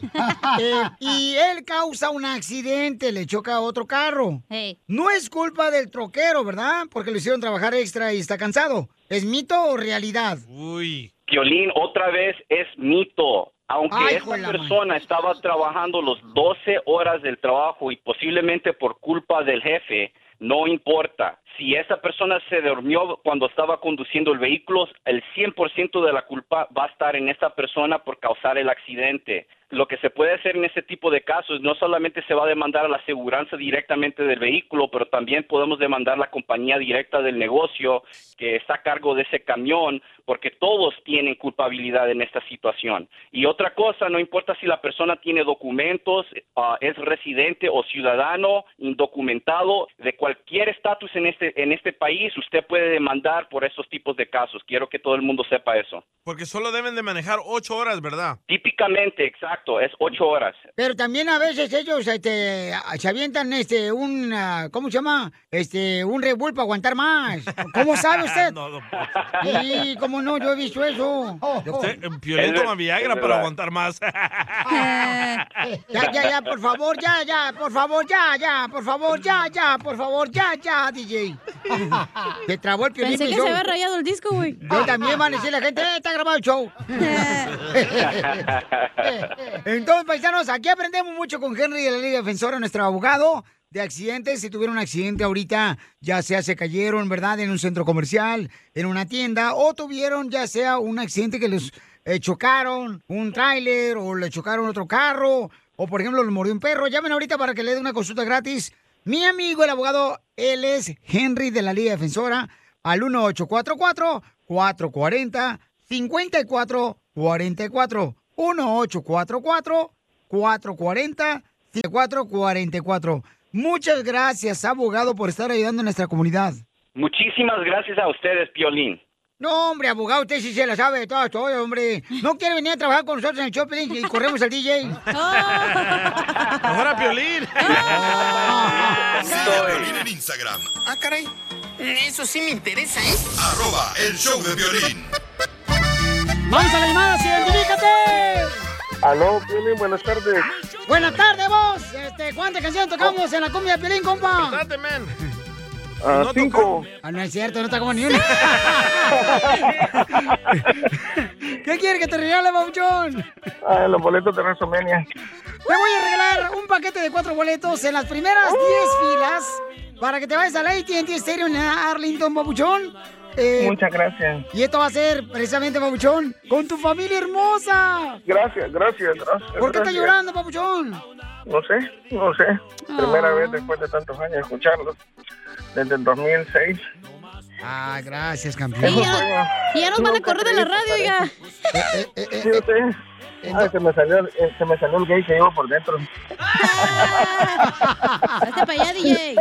S1: Eh, y él causa un accidente, le choca a otro carro. No es culpa del troquero, ¿verdad? Porque lo hicieron trabajar extra y está cansado. ¿Es mito o realidad?
S25: Violín otra vez es mito. Aunque
S1: Ay,
S25: esta
S1: juela,
S25: persona estaba trabajando los 12 horas del trabajo y posiblemente por culpa del jefe, no importa. Si esa persona se durmió cuando estaba conduciendo el vehículo, el 100% de la culpa va a estar en esta persona por causar el accidente. Lo que se puede hacer en este tipo de casos no solamente se va a demandar a la aseguranza directamente del vehículo, pero también podemos demandar la compañía directa del negocio que está a cargo de ese camión, porque todos tienen culpabilidad en esta situación. Y otra cosa, no importa si la persona tiene documentos, ah, es residente o ciudadano indocumentado, de cualquier estatus en este, en este país, usted puede demandar por estos tipos de casos. Quiero que todo el mundo sepa eso.
S2: Porque solo deben de manejar ocho horas, ¿verdad?
S25: Típicamente, exacto, es ocho horas.
S1: Pero también a veces ellos este, a- se avientan este, un, ah, ¿cómo se llama? Este, un Red Bull para aguantar más. ¿Cómo sabe usted?
S2: Ah, No, don
S1: Sí, cómo no, yo he visto eso. Yo-
S2: Usted, eh, Piolín
S1: Es
S2: toma
S1: ver-
S2: Viagra
S1: es
S2: para
S1: verdad.
S2: aguantar más.
S1: Ya, ya, ya, por favor, ya, ya, por favor, ya, ya, por favor, ya, ya, por favor, ya, ya, DJ. Se trabó el Piolín
S3: Pensé que
S1: Show.
S3: se había rayado el disco, güey.
S1: Yo también van a decir la gente, "Eh, está grabado el show. Entonces, paisanos, aquí aprendemos mucho con Henry de la Liga Defensora, nuestro abogado de accidentes. Si tuvieron un accidente ahorita, ya sea se cayeron, ¿verdad? En un centro comercial, en una tienda, o tuvieron ya sea un accidente que les eh, chocaron un tráiler o le chocaron otro carro, o por ejemplo, les mordió un perro. Llamen ahorita para que le dé una consulta gratis. Mi amigo, el abogado, él es Henry de la Liga Defensora, al 1844 440 5444 1844 440 5444 Muchas gracias, abogado, por estar ayudando a nuestra comunidad.
S25: Muchísimas gracias a ustedes, Piolín.
S1: No, hombre, abogado, usted sí se la sabe de todas, todo, hombre. No quiere venir a trabajar con nosotros en el shopping y corremos al DJ.
S2: Mejor a Piolín.
S8: Sigue a Piolín en Instagram,
S26: Ah, caray. Eso sí me interesa, ¿eh?
S8: arroba el show de violín.
S1: ¡Vamos a la llamada, sí, identifícate!
S23: Aló, Piolín, buenas tardes.
S1: Buenas tardes, vos. Este, ¿Cuántas canciones tocamos en la cumbia de Piolín, compa?
S23: Ah, cinco.
S1: Ah, no es cierto, no tocamos ni una. ¿Qué quiere que te regale, Bauchón?
S23: Ah, los boletos de WrestleMania.
S1: Te voy a regalar un paquete de cuatro boletos en las primeras
S23: ¡Oh!
S1: 10 filas para que te vayas al AT&T Stadium en Arlington, Babuchón. Eh,
S23: Muchas gracias.
S1: Y esto va a ser precisamente, Babuchón, con tu familia hermosa.
S23: Gracias, gracias, gracias.
S1: ¿Por qué está
S23: gracias.
S1: llorando, Babuchón?
S23: No sé, no sé. Primera vez después de tantos años escucharlo. Desde el 2006.
S1: Ah, gracias, campeón.
S23: Eso fue-
S3: Y ya nos van a correr de la radio, ya.
S1: Eh,
S23: Sí, yo sé. Ah, se me salió, el- eh, se me salió el gay que llevo por dentro.
S3: Hazte para allá, DJ.